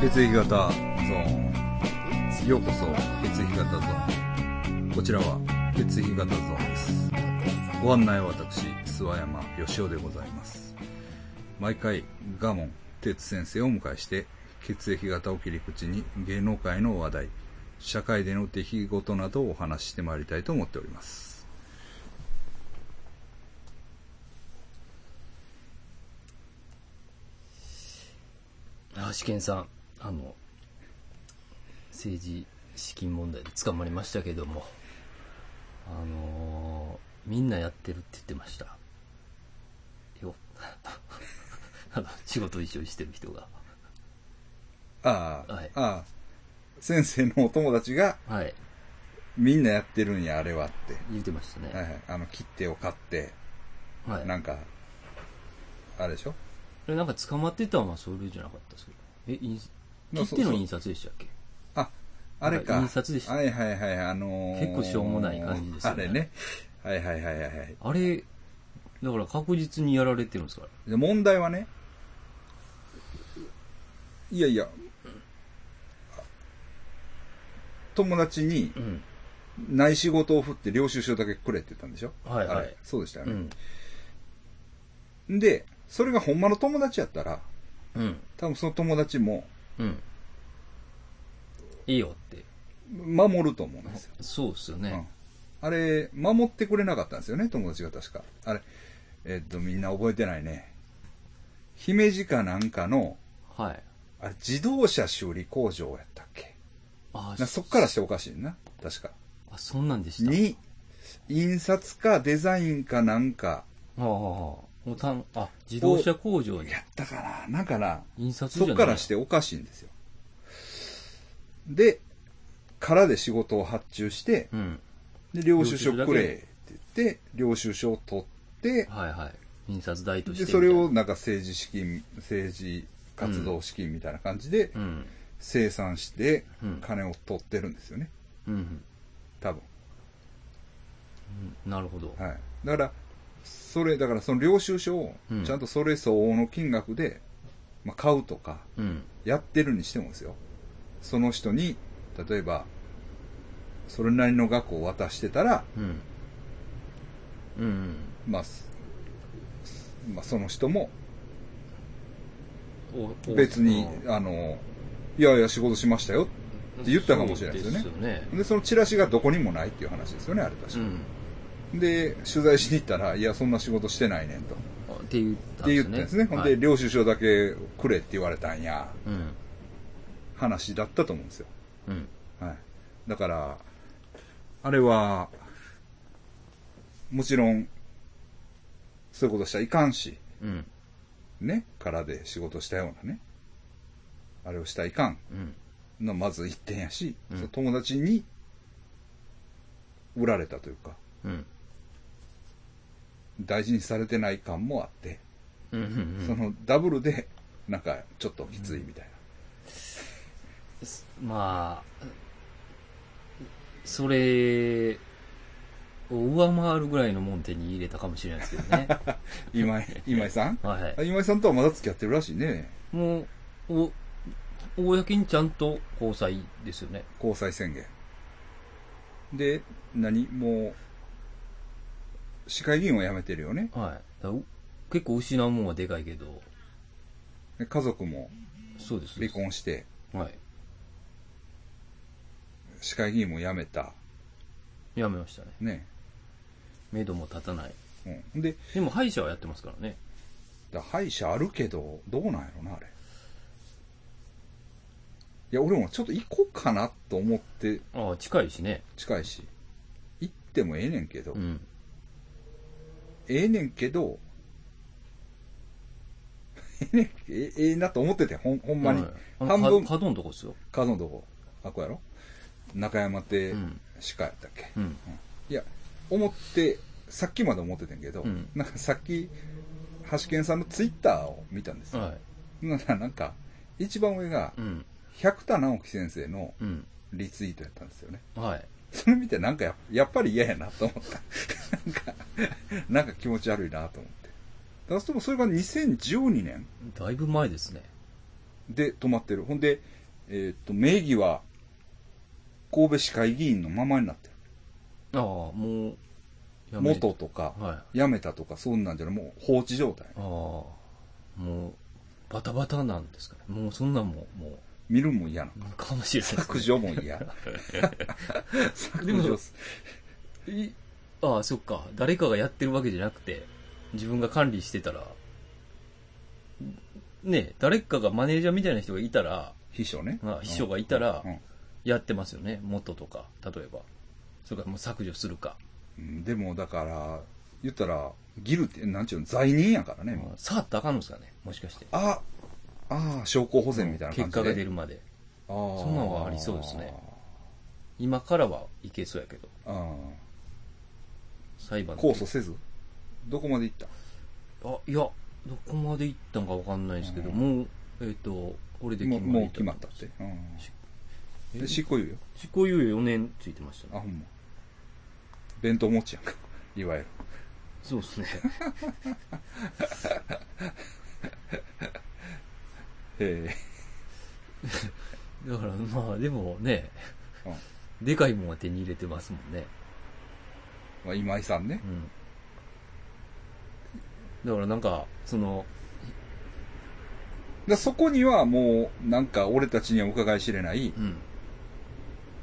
血液型ゾーン。ようこそ、血液型ゾーン。こちらは、血液型ゾーンです。ご案内は私、諏訪山義雄でございます。毎回、ガモン、哲先生をお迎えして、血液型を切り口に芸能界の話題、社会での出来事などをお話ししてまいりたいと思っております。あ、試験さん、あの、政治資金問題で捕まりましたけども、あのーみんなやってるって言ってました。よ。 あの、仕事一緒にしてる人が。ああ、はいああ、先生のお友達が、はい。みんなやってるんや、あれはって。言ってましたね。はいはい、あの切手を買って、はい。なんか、あれでしょえなんか捕まってたのはそれじゃなかったですけど。え、印まあ切そ手のうそう印刷でしたっけあ、あれか。なんか印刷でしたはいはいはい、あのー、結構しょうもない感じですよねあれね。はいはいはいはいはい。あれ、だから確実にやられてるんですから。で問題はね、いやいや、友達にうん。ない仕事を振って領収書だけくれって言ったんでしょはいはいあれそうでしたようね。ん。で、それがほんまの友達やったら、うん。多分その友達もうん。いいよって。守ると思うんですよ。そうっすよね。うん、あれ、守ってくれなかったんですよね、友達が確か。あれ、えっと、みんな覚えてないね。姫路かなんかの、はい。あれ、自動車修理工場やったっけあなそっからしておかしいな、確か。あ、そんなんでした。に、印刷かデザインかなんか、はあはあはあ。もうたん、あ、自動車工場にやったかな、なんかな、印刷じゃそないっからしておかしいんですよ。で、空で仕事を発注して、うん。で、領収書くれって言って、領収書を取って、はいはい。印刷代としてで、みたそいな。れをなんか政治資金、政治活動資金みたいな感じでうん。生産してうん金を取ってるんですよね。うん。うん。多分。うんなるほど。はい。だから、それ、だからその領収書をうんちゃんとそれ相応の金額で、まあ、買うとか、うん。やってるにしてもですよ。その人に、例えば、それなりの額を渡してたら、うん。うん。まあ、すまあ、その人もおお別にう、んあの、いやいや仕事しましたよって言ったかもしれないですよねそうですよね。で、そのチラシがどこにもないっていう話ですよね、あれ確うか、ん。で、取材しに行ったら、いや、そんな仕事してないねんと。あって言ったっんて言でっすね。たんですね。ほんはいで、領収書だけくれって言われたんや、うん。話だったと思うんですよ。うん。はい。だから、あれは、もちろん、そういうことしたらいかんし、うん。ね、空で仕事したようなね、あれをしたらいかんうん。の、まず一点やし、うんその友達に、売られたというか、うん。大事にされてない感もあって、うんうんうんそのダブルで、なんかちょっときついみたいすまあ、それを上回るぐらいのもん手に入れたかもしれないですけ どね。な。今 井、今井さんはあ今井さんとはまだ付き合ってるらしいね。い。もう、お、公にちゃんと交際ですよね。交際宣言。で、何もう、市会議員を辞めてるよね。はい。だう結構失うもんはでかいけど、で家族もそうです。離婚して、はい。市会議員も辞めた。やめましたね。ね。目処も立たない。うん。で、でも歯医者はやってますからね。だ歯医者あるけど、どうなんやろな、あれ。いや、俺もちょっと行こうかなと思って、ああ、近いしね。近いし。行ってもええねんけど。うん。ええねんけど、ええねんええええなと思ってて、ほんほんまにはい。あの半分、か角のとこですよ。角のとこ、あ、こうやろ中山ってうん鹿やったっけ、うん。いや、思って、さっきまで思っててんけど、うんなんかさっき、橋健さんのツイッターを見たんですよ。はななんか、一番上がい。、うん。百田直樹先生のうん。リツイートやったんですよね。はい。それ見てなんかややっぱり嫌やなと思った。 なんか、なんか気持ち悪いなと思って。だからそれが2012年だいぶ前ですね。で止まってる。ほんで、えーっと、名義は、神戸市会議員のままになってる。ああ、もう、やめ元とか、はい。あ辞めたとか、そんなんじゃないもう放置状態。あ、もう、バタバタなんですかね。もう、そんなんも、も見るも嫌 な。う、かもしれない ですね削除も嫌。 削除す。いああ、そっか。誰かがやってるわけじゃなくて、自分が管理してたら、ねえ、誰かがマネージャーみたいな人がいたら、秘書ね。まあ、秘書がいたらうん、やってますよね。元とか、例えば。それからもう削除するか。うんでも、だから、言ったら、ギルって、なんちゅうの、罪人やからね。もうまあ触ったらあかんのですかね。もしかして。あ、ああ、証拠保全みたいな感じで。結果が出るまで。あー。そんなんはありそうですね今からはいけそうやけど。あー。裁判の控訴せずどこまでいったあ、いや、どこまで行ったんかわかんないですけど、うんもう、えっ、と、これでもう決もまうり決まったって。うんしで、執行猶予。執行猶予4年ついてましたね。あ、ほんま。弁当持ちやんか。 いわゆる。そうですね。 えだからまあでもね、えうん でかいもんは手に入れてますもんね。まあ、今井さんねう。ん。だからなんか、その、でそこにはもう、なんか俺たちにはお伺い知れない、うん。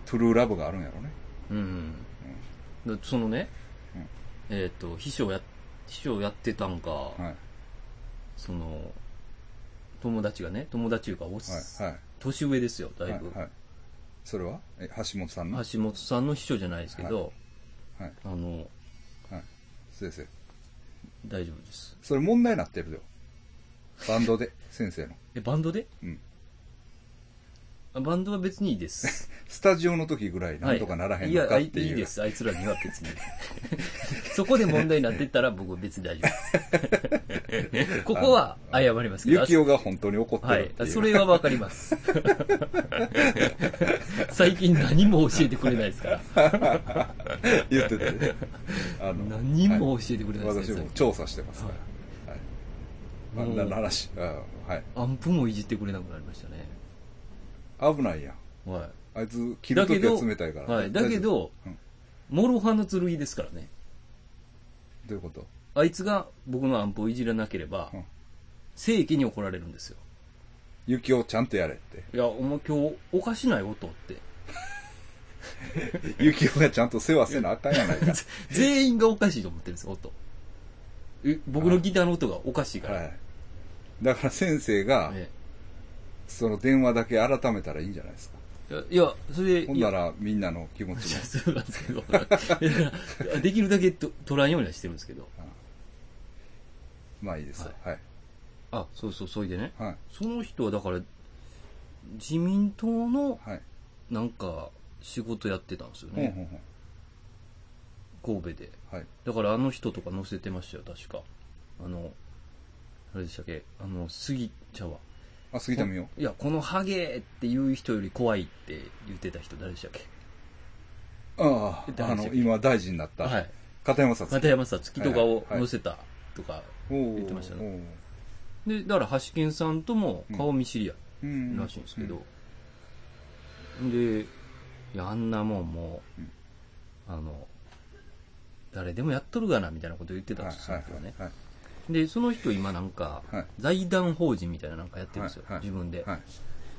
トゥルーラブがあるんやろね。うん。だそのね、うんえっ、と、秘書をや、秘書をやってたんか、はい。その、友達がね、友達いうかおっす、はい。はい。年上ですよ、だいはいぶ。はい。それはえ、橋本さんの橋本さんの秘書じゃないですけど、はい。あの、先生。大丈夫です。それ問題になってるよ。バンドで、先生の。え、バンドでうん。あバンドは別にい いです。スタジオの時ぐらいなんとかならへんのかはっていう。やあいいです。あいつらには別に。 そこで問題になってったら僕は別に大丈 夫です。ここは謝りますけど。ゆきおが本当に怒ってはるっいてい。う。それはわかります。 最近何も教えてくれないですから。 言ってた ね。あ何も教えてくれないはでいす私ね。も調査してますかはいら。はい。もあうんなの話。うんはい。アンプもいじってくれなくなりましたね。危ないやん。はあいつ、い。着るときは冷たいから。はい。だけ大丈夫、ど、うんモロハの剣ですからね。どういうことあいつが僕のアンプをいじらなければうん、正規に怒られるんですよ。ゆきおちゃんとやれって。いや、お前今日おかしない音って。ゆきおがちゃんと世話せなあかんやない か。 全員がおかしいと思ってるんですよ、音。え僕のギターの音がおかしいから。はい。だから先生が、えその電話だけ改めたらいいんじゃないですか。えいや、いやそれで、ほんいやな、らみんなの気持ちも。 そうなんですけど、だからできるだけと取らんようにはしてるんですけど。まあいいですよ。はい。あ、そうそう、それでね。はい。その人はだから、自民党のはい。なんか仕事やってたんですよほんね、ほんほん。神戸で。はい。だからあの人とか載せてましたよ、確か。あの、あれでしたっけ、あの、杉ちゃんは。あ、杉田美代。いや、このハゲっていう人より怖いって言ってた人誰でしたっけああ、あの、今大臣になった。はい。片山さん。片山さつきとかをはいはい載せたとか。言ってましたねね。で、だから、橋健さんとも顔見知りやうん。らしいんですけうど。で、いや、あんなもんもう、あの、誰でもやっとるがな、みたいなこと言ってたはんいですよはね。いはい。で、その人今なんかはい、財団法人みたいななんかやってるんですよはいは、い自分では。い。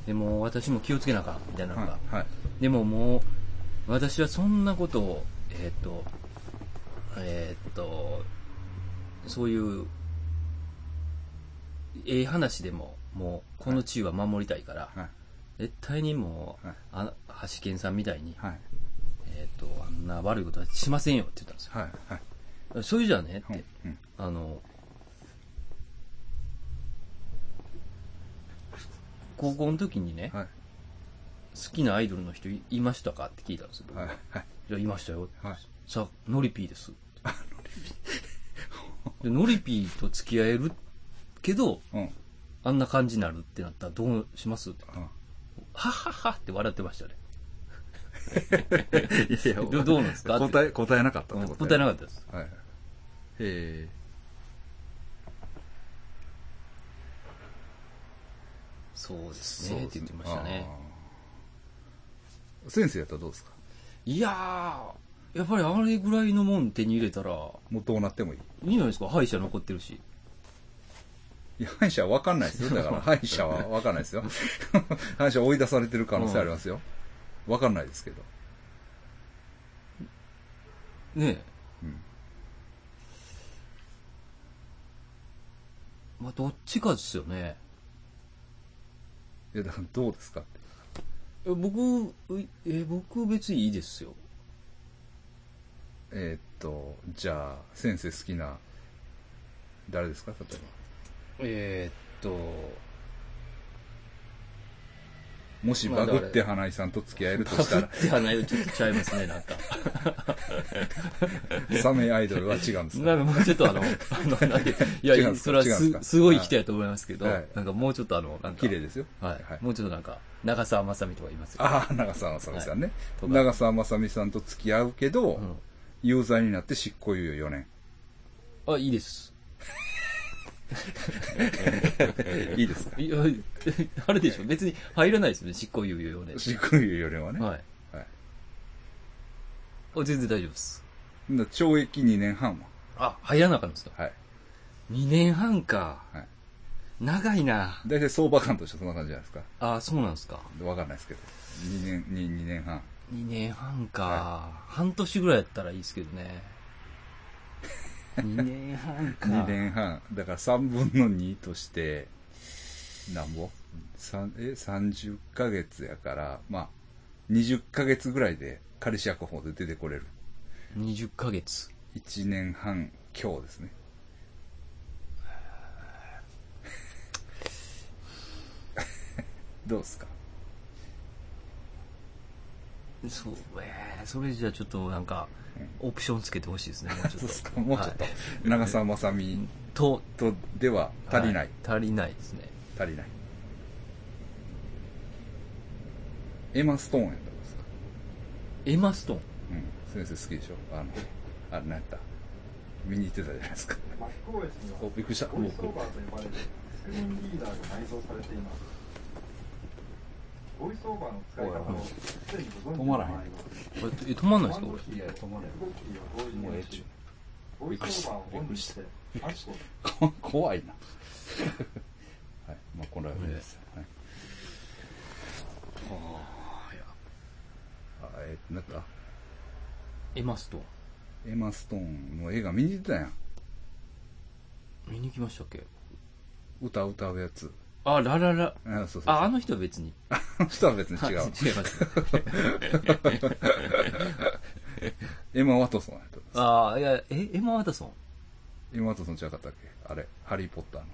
でも、私も気をつけなあかん、みたいなのが。はい。でももう、私はそんなことを、えーっ、と、えーっ、と、そういう、ええ話でも、もう、この地位は守りたいから、はい。絶対にもう、はいあ橋健さんみたいに、はい。えーっ、と、あんな悪いことはしませんよって言ったんですはい。はい。よ。それじゃあねって、うん。あの、高校の時にね、はい。好きなアイドルの人いいましたかって聞いたんですよ、僕はい。はい。いや、いましたよ。はいさあ、ノリピ ーです。でノリピーと付き合えるけど、うん。あんな感じになるってなったらどうしますってうんはっはっはって笑ってましたね。いやいやどどうなんですか答え、答えなかったってこと答えなかかったです。った。はい。へえ。そうですね。って言ってましたね。あー先生やったらどうですかいやー、やっぱりあれぐらいのもん手に入れたら、もうどうなってもいいいいんじゃないですか歯医者残ってるし。いや、歯医者は分かんないですよ。だから歯医者は分かんない ですよ。歯医者追い出されてる可能性ありますよ。分かんないですけど。ねえ。うんまあ、どっちかですよね。いや、だからどうですかって。え僕、うえ、僕別にいいですよ。えーっと、じゃあ、先生好きな、誰ですか例ええー、っと、ば。もしバグって花井さんと付き合えるとしたら パ、クってはないよ、ちょっとちゃいますね、な んか。サメアイドルは違うんですかなんかもうちょっとあ の、あの、なんで、い違うんや、ですかそれは違うんすですかすごい人やと思いますけど、はいなんかもうちょっとあの、なんか、綺麗ですよ。はい、はいもうちょっとなんか、長澤まさみとかいますよ。ああ、長澤まさみさんね。はい長澤まさみさんと付き合うけど、うん有罪になって執行猶予4年。 あ、いいです。いいですかいや あれでしょ、別に入らないですよね、執行猶予よね。執行猶予4年はね。はい。はいあ全然大丈夫です。だから懲役2年半は。あ、入らなかったんですかはい。 ?2 年半か。はい長いな。大体相場感としてそんな感じじゃないですか。あ、そうなんですか。わかんないですけど。2年、2, 2年半。 2年半か、は半年ぐらいやったらいいですけど ね。2年半か。 2年半。だから3分の2として、なんぼ三え、30ヶ月やから、まあ、20ヶ月ぐらいで仮釈放で出てこれる。 20ヶ月。 1年半強ですね。どうですかそう、えー、それじゃあちょっとなんか、オプションつけてほしいですね、もうちどうですょかっと。もうちょっとはい。長澤まさみと、とでは足りな。はい足りないですね。足りない。エマ・ストーンやったんですかエマストーン。うん。先生好きでしょあの、あれ何やった見に行ってたじゃないですか。マヒコーエスにはお、びっくりした。ボもイうスオーバーと呼ばれるスクリーンリーダーが内蔵されていますボイスオーバーの使い方をすでにご存知の止まらへん場合はこれえ止まんないですか、これ。いや止まらへんもうええっちゅうボイスオーバーをオンにしてマヒコこ 怖いな。はい。まあ、これはです。はい。あ、えっと、なんか、エマストーン。エマ・ストーンの映画見に行ってたやん。見に行きましたっけ歌歌うやつ。あ、ラララ。あ、そうそうそう。あ、ああの人は別に。の人は別に違はう。 い違います。エマ・ワトソンやった。ああ、いや、え、エマ・ワタソン。エマ・ワトソン違かったっけあれ、ハリー・ポッターの。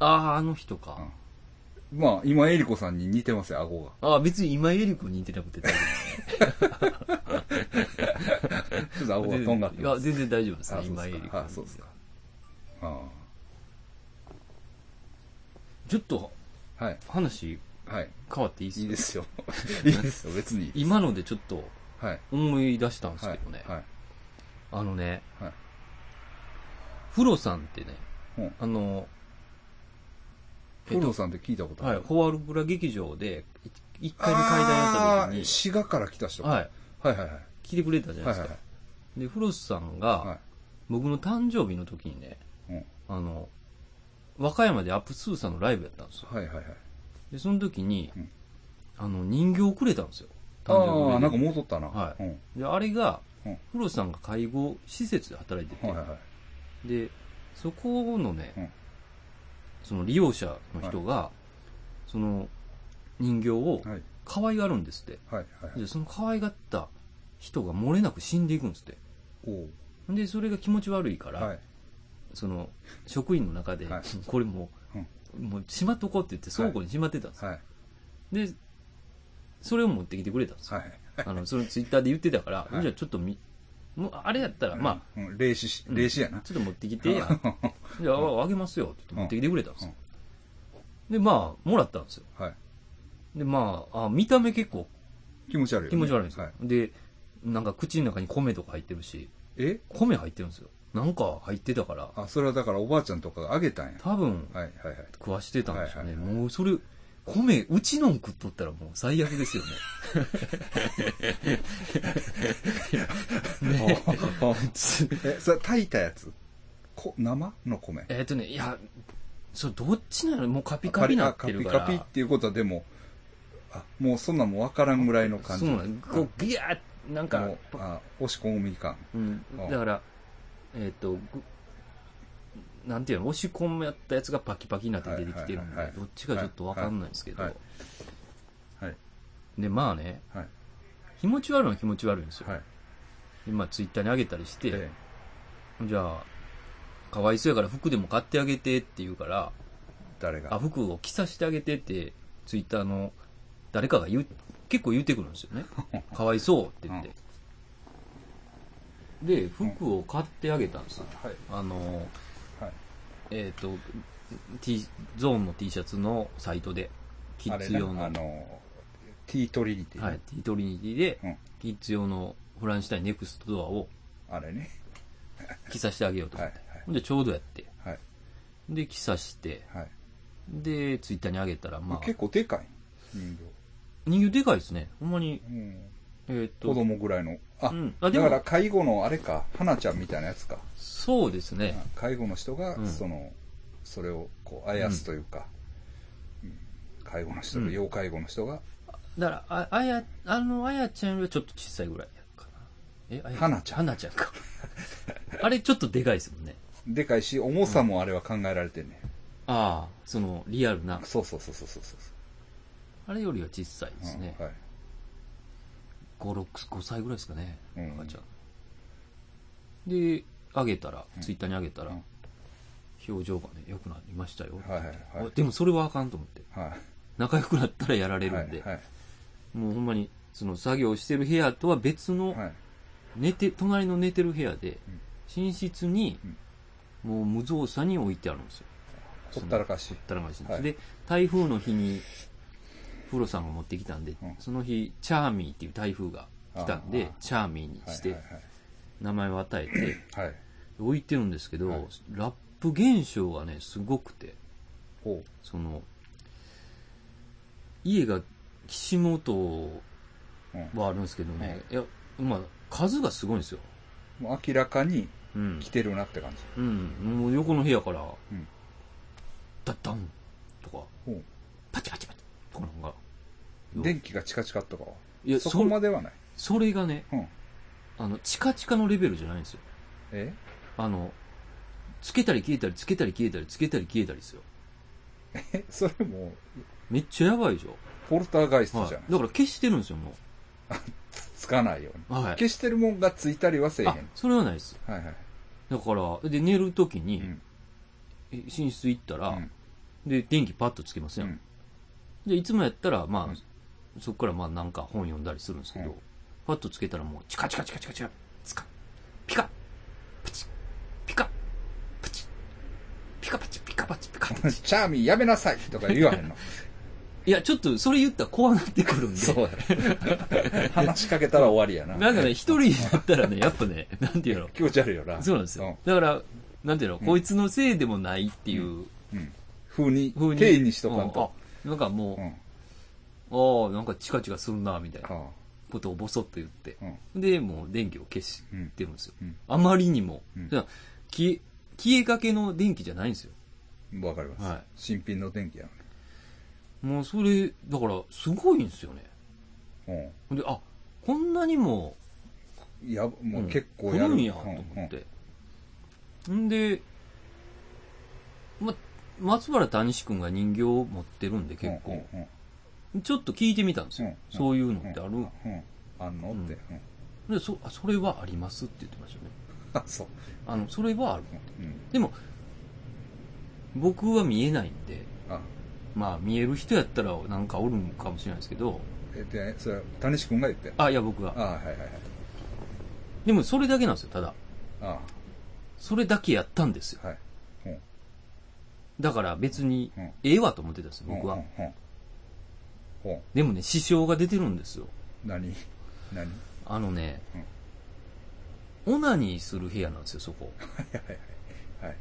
ああ、あの人か。まあ、今、エリコさんに似てますよ、顎が。ああ、別に今井絵理子に似てなくて大丈ちょっと夫顎がです。とんがっていや、ます。全然大丈夫ですあね、そう今井絵で理す子。か。あ、そうですか。あちょっとあ。はい。話はい。変わっていいですいいかです よ。いいですよ、別にいいです。今のでちょっとはい。思い出したんですはけいどね。。はい。あのね、はい。フロさんってね、うんあの、えっフとロさんって聞いたことあはい、る。ホワルブラ劇場で、い一回の階あ段やったあー、時滋賀から来た人に、か。ははいい、はいはい。聞いてくれたじゃなはいいですはいか。はい。で、フロスさんはがい、僕の誕生日の時にね、うんあの、和歌山でアップスーさんのライブやったんですよ。はいはいはい。で、その時に、うんあの、人形をくれたんですよ。あ誕生日あー、でなんか戻ったな。はいうんで、あれが、うんフロスさんが介護施設で働いてて、はいはいはい。で、そこのね、うんその利用者の人が、その人形をはい可愛がるんですって。はいはいはい。で、その可愛がった人が漏れなく死んでいくんですって。おうで、それが気持ち悪いから、はい。その職員の中で、はいこれもうんう、もうしまっとこうって言って倉庫にしまってたんですよ、はい。で、それを持ってきてくれたんですよ。はい。あの、それツイッターで言ってたから、はいじゃあちょっとみ、もうあれやったら、まあ、うん、霊視し、霊視やな。ちょっと持ってきてや、 じゃああげますよって言って持ってきてくれたんですよ。で、まあ、もらったんですよ。 はい。で、まあ、あ見た目結構気持ち悪いよね。気持ち悪いんですよ。はい。で、なんか口の中に米とか入ってるし、え米入ってるんですよ。なんか入ってたから、あ、それはだからおばあちゃんとかがあげたんや。多分はいはいはい。食わしてたんでしょうね。はいはいはもうそれ、米、うちのん食っとったらもう最悪ですよね。ねつ え、それ炊いたやつこ生の米えっとね、いや、それどっちなのもうカピカピなってるから。カピカピっていうことはでも、あ、もうそんなんもわからんぐらいの感じ。そうなんこう、ギャーなんかもう、あ、押し込み感。うんあ、だから、えっ、と、ぐなんていうの、押し込むやったやつがパキパキになって出てきてるんはいはいはいは、いでどっちかちょっとわかんないんですけど、はいはい。で、まあね、はい。気持ち悪いのは気持ち悪いんですよ。はい。でまあ、ツイッターに上げたりして、えじゃあ、かわいそうやから服でも買ってあげてって言うから、え誰あ、が服を着させてあげてって、ツイッターの誰かが言う、結構言うてくるんですよね。 かわいそうって言って。で、服を買ってあげたんですよ。はい。あの、はい。えっ、と、T、ゾーンの T シャツのサイトで、キッズ用の、あれなあの、ティートリニティ。はい、T トリニティで、うんキッズ用のフランシュタインネクストドアをあれね。着させてあげようとはい思って。。ほんで、ちょうどやって。はい。で、着さして、はい。はい。で、ツイッターに上げたら、まあ、結構でかい。人人形でかいですね。ほんまに、形。うん。えーっと、子供ぐらいの。あ、うんあだでかもら介護のあれか、花ちゃんみたいなやつか。そうですね。介護の人が、うんその、それをこう、あやすというか、うん介護の人が、うん要介護の人が、だから、ああや、あの、あやちゃんよりはちょっと小さいぐらいかな。え、あやはなちゃんはなちゃんか。 あれ、ちょっとでかいですもんね。でかいし、重さもあれは考えられてんね。ああ、その、リアルな。そうそうそうそうそうそう。あれよりは小さいですね。うんはい。 5、6、5歳ぐらいですかね。うん赤ちゃん。で、あげたら、ツイッターにあげたら、うん表情がね、良くなりましたよ。はいはいはいあでもそれはあかんと思って。は仲良くなったらやられい。るんで、はい。はいもうほんまに、その作業してる部屋とは別の、はい。寝て、隣の寝てる部屋でうん、寝室に、もう無造作に置いてあるんですよ。ほったらかしほっ。たらかしいんです。はいで、台風の日に、プロさんが持ってきたんで、うんその日、チャーミーっていう台風が来たんあであ、チャーミーにはいしては、名前を与え て、いはい。はい。置いてるんですけど、はいラップ現象がね、すごくて、ほその、家が岸本う。うんはあるんですけどね、いや、まあ、数がすごいんですよ。もう明らかにうん来。てるなって感じ。うん。もう横の部屋から、うんダッダンとか、ほう。パチパチパチとかなんか、電気がチカチカとかはいや、そそこまではない。それがね、うん。あの、チカチカのレベルじゃないんですよ。えあの、つけたり消えたり、つけたり消えたり、つけたり消えたりですよ。え それもう、めっちゃやばいでしょ。ポルターガイストはい。じゃだなかい。ら消してるんですよ、もつかないように。う。はい。消してるもんがついたりはせえへん。あ、それはないです。はいはい。だから、で、寝るときに、うんえ寝室行ったら、うん で、電気パッとつけますうやん。ん。で、いつもやったら、まあ、うんそこからまあなんか本読んだりするんですけど、うんパッとつけたらもう、チカチカチカチカチカ、つか、ピカ、プチ、ピカ、プチ、ピカパチ、ピカパチ、ピカパチ。チャーミーやめなさいとか言わへん の。いや、ちょっとそれ言ったら怖なって くるんで。や。話しかけたら終わりやな。なんかね、一人になったらね、やっぱね、なんていうの。気持ち悪いよな。そうなんですよ。だから、なんていうの、こいつのせいでもないっていううん。うん。風に、風に。定にしとかんと。うんあなんかもうん。う、ああ、なんかチカチカするな、みたいなあことをボソッと言ってあ。。うん。で、もう電気を消してるんですよ。うんあまりにも。うんだから消え、消えかけの電気じゃないんですよ。わかります。はい新品の電気やもうそれ、だから、すごいんですよね。のに。ほんで、あ、こんなにも、うん。や、もううん結構やる。来るんや、と思って。んで、ま、松原谷志くんが人形を持ってるんでうん。結構、うん。うんちょっと聞いてみたんですよ。うんそういうのってあうる、ん。うんあんのって。うん。 でそあそれはありますって言ってましたね。あ、そう。あの、それはある。うん。でも、僕は見えないんで、あ、まあ見える人やったらなんかおるんかもしれないですけど、え、で、それは、谷志くんが言って。あ、いや僕あは。あ、はいはいはい。でもそれだけなんですよ、ただ。あそれだけやったんですよ。あ、はい。うん。だから別にうん、ええわと思ってたんですよ、僕は。うん。うんうん。うんでもね、支障が出てるんですよ。何何はあのね、オナニーする部屋なんですよ、そこ。いはいはい。は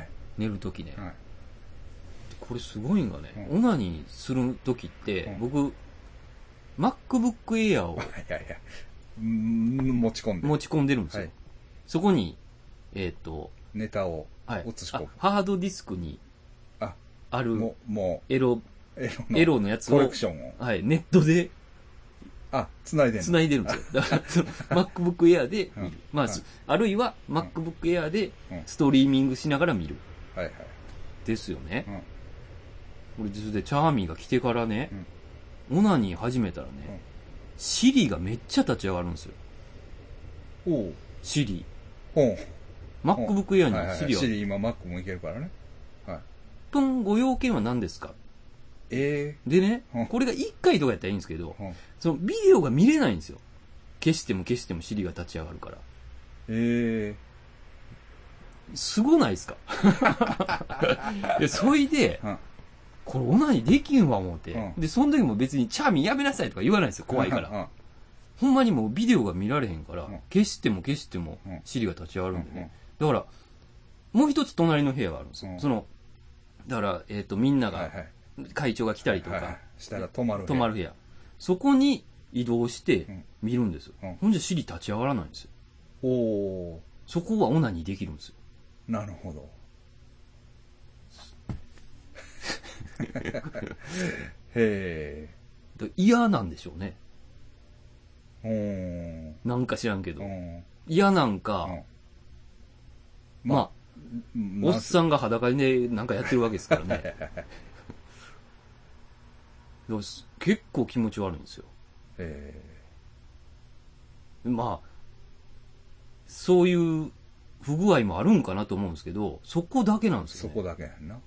い。はい。寝るときね。はい。これすごいんがね、うオナニーするときって、う僕、MacBook Air をいやいや、うーん持ち込んで、持ち込んでるんですよ。はいそこに、えっ、と、ネタをはい移し込む。あハードディスクにああるもう、もエロ、う、エロのエロのやつコレをク、ションを。はい、ネットであ、繋いでんの。繋いでるんですよ。だから、その MacBook Air で見る。うんまあ、はいあるいは MacBook Air でうんストリーミングしながら見る。はいはい。ですよねう。ん。これ、それでチャーミーが来てからね、オナニー始めたらね、うんシリがめっちゃ立ち上がるんですよ。おう。シリ。ほう。 MacBook Air はいはにいはシい。リはシリ今 Mac もいけるからね。はい。とんご要件は何ですかえでねうん、これが1回とかやったらいいんですけどえ、うんそのビデオが見れないんですよ。消しても消しても尻が立ち上がるから。えすごないですか いや、そいでえ、うん。これオナニーできんわ思って、うんで、その時も別にチャーミーやめなさいとか言わないんですよ、怖いから。うん。ほんまにもうビデオが見られへんから、うん消しても消してもうん尻が立ち上がるんでうんうね。だから、もう一つ隣の部屋があるんですよ。うんその、だから、えっ、と、みんなはいはが、い。会長が来たりとはいはかい、したら止まる。泊まる。部屋。そこに移動してうん見るんですよ。うんほんじゃ尻立ち上がらないんですよ。おおそこはオナニーできるんですよ。ーなるほど。 へだから嫌なんでしょうね。え。うーん。なんか知らんけどう。ん。嫌なんか、うんまあ、まおっさんが裸でなんかやってるわけですからね。だ からす結構気持ち悪いんですよ。えまあ、そういう不具合もあるんかなと思うんですけど、そこだけなんでーすそよ、こね。だけやんな。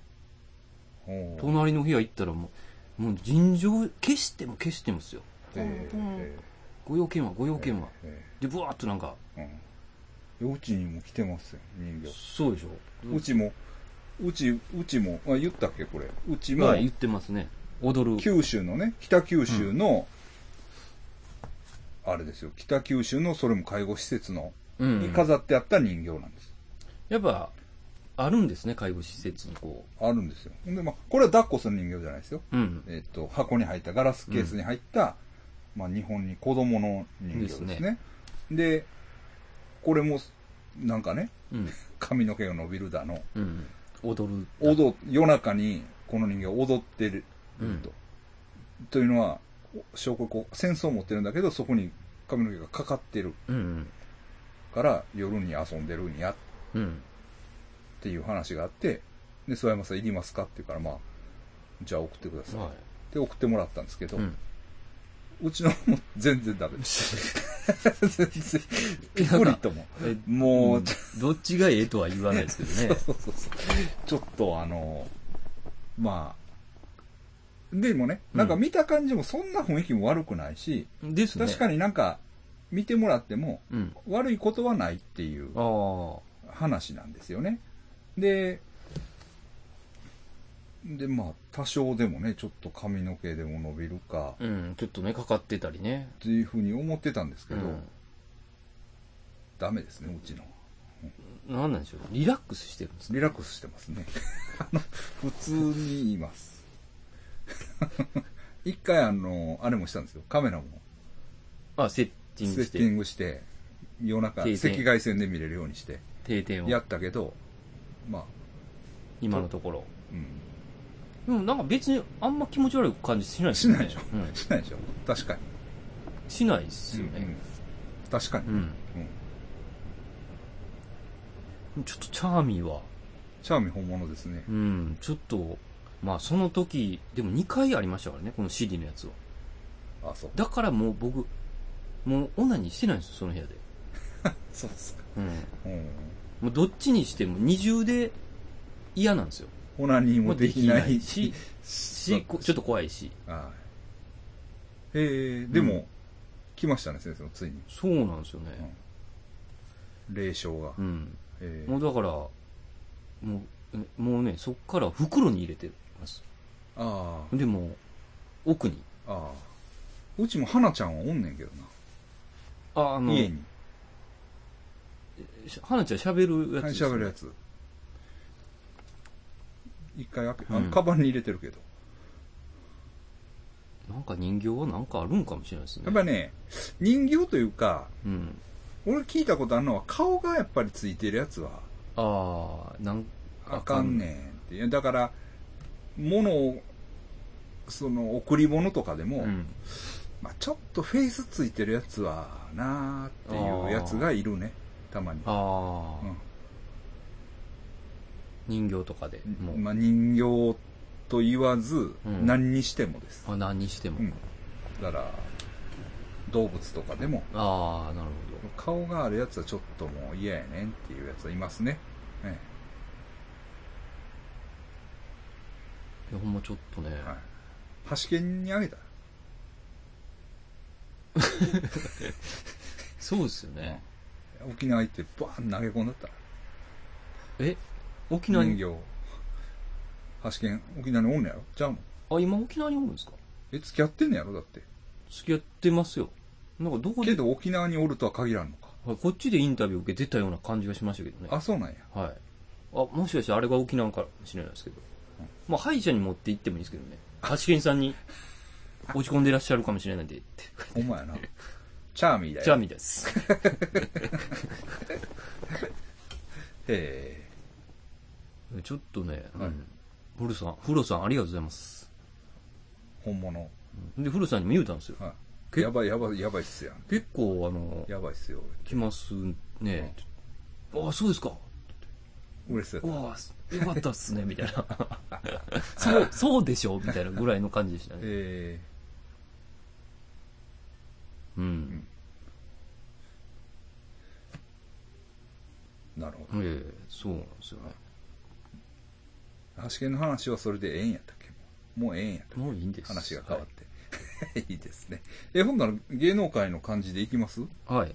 おー隣の部屋行ったらもう、もう尋常、消しても消してもですよ。えーご用件はご用件は。えで、ブワーっとなんか、ーうん。うちにも来てますよ、人形。そうでしょうちも、うち、うちも、あ、言ったっけ、これ。うちもまあ、言ってますね。踊る。九州のね、北九州の、あれですよ、北九州のそれも介護施設の、うんに飾ってあった人形なんです。やっぱ、あるんですね、介護施設にこあるんですよ。で、まあ、これは抱っこする人形じゃないですよ。う。うん。えっ、と、箱に入った、ガラスケースに入った、まあ、日本に子供の人形ですね。ですで、これも、なんかね、うん。髪の毛が伸びるだの、うん。踊る。踊、夜中にこの人形が踊ってると。うんというのは、お証拠こう、戦争を持ってるんだけど、そこに髪の毛がかかってるうん。から、夜に遊んでるんやっうん。ていう話があって、で、諏訪山さんいりますかって言うから、まあ、じゃあ送ってください。はで、送ってもらったんですけい。ど、うん。うちのも全然ダメ です。全然。ピクリとも。えもう、うんどっちがええとは言わないですけど ね。そうそうそう。ちょっとあの、まあ、でもね、なんか見た感じもそんな雰囲気も悪くないし、ですね。確かになんか見てもらってもに。うん。悪いことはないっていうああ。話なんですよね。で、で、まあ、多少でもね、ちょっと髪の毛でも伸びるか、うん。ちょっとね、かかってたりね。っていうふうに思ってたんですけうど、ん。ダメですね、うちのは。なんなんでしょう。リラックスしてるんですね。リラックスしてますね。 あの、普通に言います。 一回あの、あれもしたんですよ。カメラもあ、セッティンセグしッティて、ングして、夜中、停赤電外線で見れるようにして、定点やを。ったけど、まあ、今のところ。うん。でもなんか別にあんま気持ち悪い感じしないですしよないね。でしょうん。しないでしょ確かに。しないですようんうねん。確かに、ううんん。ちょっとチャーミーは、チャーミー本物ですねう。ん、ちょっと、まあその時、でも2回ありましたからね、この CD のやつは。あ、そう。だからもう僕、もうオナニーしてないんですよ、その部屋で。そうですか。うん。うん。もうどっちにしても二重で嫌なんですよ。オナニーももうででききなないい し、し、こちょっと怖いし。はい。えー、でも、うん来ましたね、先生も、ついに。そうなんですよね。霊障が。うん。えーもうだから、もう、えもうね、そっから袋に入れてます。ああ、でも、奥に。ああ。うちも花ちゃんはおんねんけどあ、あな。の、家に。し花ちゃん喋るやつはでい、すよ喋るやつ。一回開け、あうの、んカバンに入れてるけど。なんか人形はなんかあるんかもしれないですね。やっぱね、人形というか、うん。俺聞いたことあるのは、顔がやっぱりついてるやつは、ああ、なんあかんねんっていや。だから、物を、その、贈り物とかでも、うん。まあ、ちょっとフェイスついてるやつはなーっていうやつがいるねたまに、ああ、う人形とかでもう、んまあ、人形と言わず、うん何にしてもです、あ、何にしても。うん、だから動物とかでもああ、なる顔があるやつはちょっともう嫌やねんっていうやつはいますね、えほど。いや、ほんまちょっとね、えはい、端剣にあげたそうですよね。沖縄行ってバーン投げ込んだったえ、沖縄人に、形端剣沖縄におんねやろじゃあもんあ、今沖縄におるんですかえ付き合ってんねやろだって付き合ってますよ。なんかどこけで、ど沖縄におるとは限らんのかはいこっちでインタビュー受けてたような感じがしましたけどね。あそうなん やはい。あ、もしかしてあれが沖縄かもしれないですけど。まあ、歯医者に持って行ってもいいですけどね。橋健さんに落ち込んでらっしゃるかもしれないんで、って。ほんまやな。チャーミーだよ。チャーミー です。へちょっとね、はいうんフロさん、フロさんありがとうございます。ー本物。で、フロさんにも言うたんですよ。はい。けやばい、やばい、やばいっすやん。結構、あの、やばいっすよ。来ますね。ああ、そうですか。嬉しそうやっわあ、よかったっすね、みたいな。 そう、そうでしょみたいなぐらいの感じでしたた。ね。えうん。ー、なるほええ、そうなんですよね。ど。橋剣の話はそれでええんやったっけもうもうええんやったっもういいんでけす。話が変わって。 い、いですね。え、ほんなら芸能界の感じでいきますはい。はい。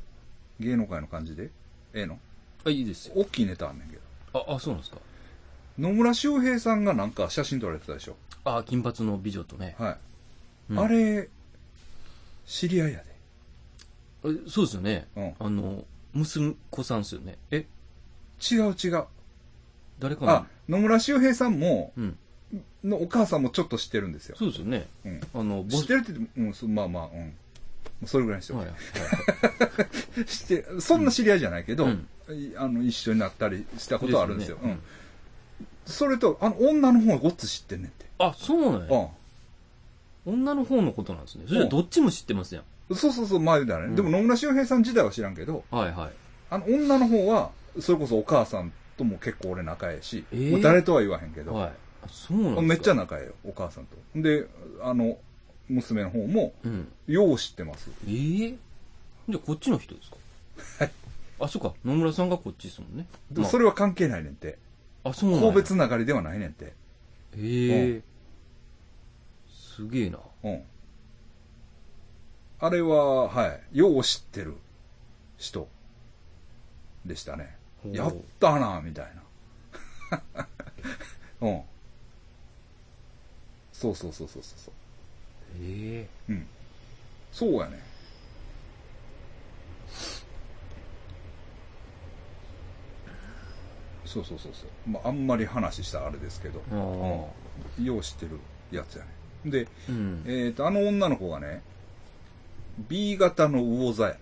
芸能界の感じでええのあ、いいですよ。大きいネタあんねんけど。あ、あ、そうなんですか。野村修平さんがなんか写真撮られてたでしょあ、金髪の美女とね。はい。うんあれ、知り合いやで。えそうですよね。うんあの、息子さんですよね。え、違う違う。誰かあな、野村修平さんも、うん。のお母さんもちょっと知ってるんですよ。そうですよね。うん、あの、ボ知スってるって言っても、うんそ、まあまあ、うん。それぐらいにしておはいてはい。知って、そんな知り合いじゃないけど、うんいあの、一緒になったりしたことはあるんですよ。ですよねうん。それと、あの、女の方がごっつ知ってんねんって。あ、そうなんや。う女の方のことなんですね。それじゃうんどっちも知ってますやん。ん。そうそうそう、前だね。うんでも野村修平さん自体は知らんけど、はいはい。あの、女の方は、それこそお母さんとも結構俺仲ええし、えーもう誰とは言わへんけど、はい。あそうなんですかめっちゃ仲ええよ、お母さんと。で、あの、娘の方も、うん。よう知ってます。ええじゃあこっちの人ですかあ、そうか。野村さんがこっちですもんね。でまあそれは関係ないねんて。あ、そうなんや個別流れではないねんて。ええうすげえな。うん。あれは、はい。よう知ってる人でしたね。ほうやったな、みたいな。 うん。そうそうそうそうそうそええう。うん。そうやね。そうそうそうそう。まあ、あんまり話したらあれですけど、ああ。よう知ってるやつやね。で、うん。えー、と、あの女の子がね、B 型の魚座や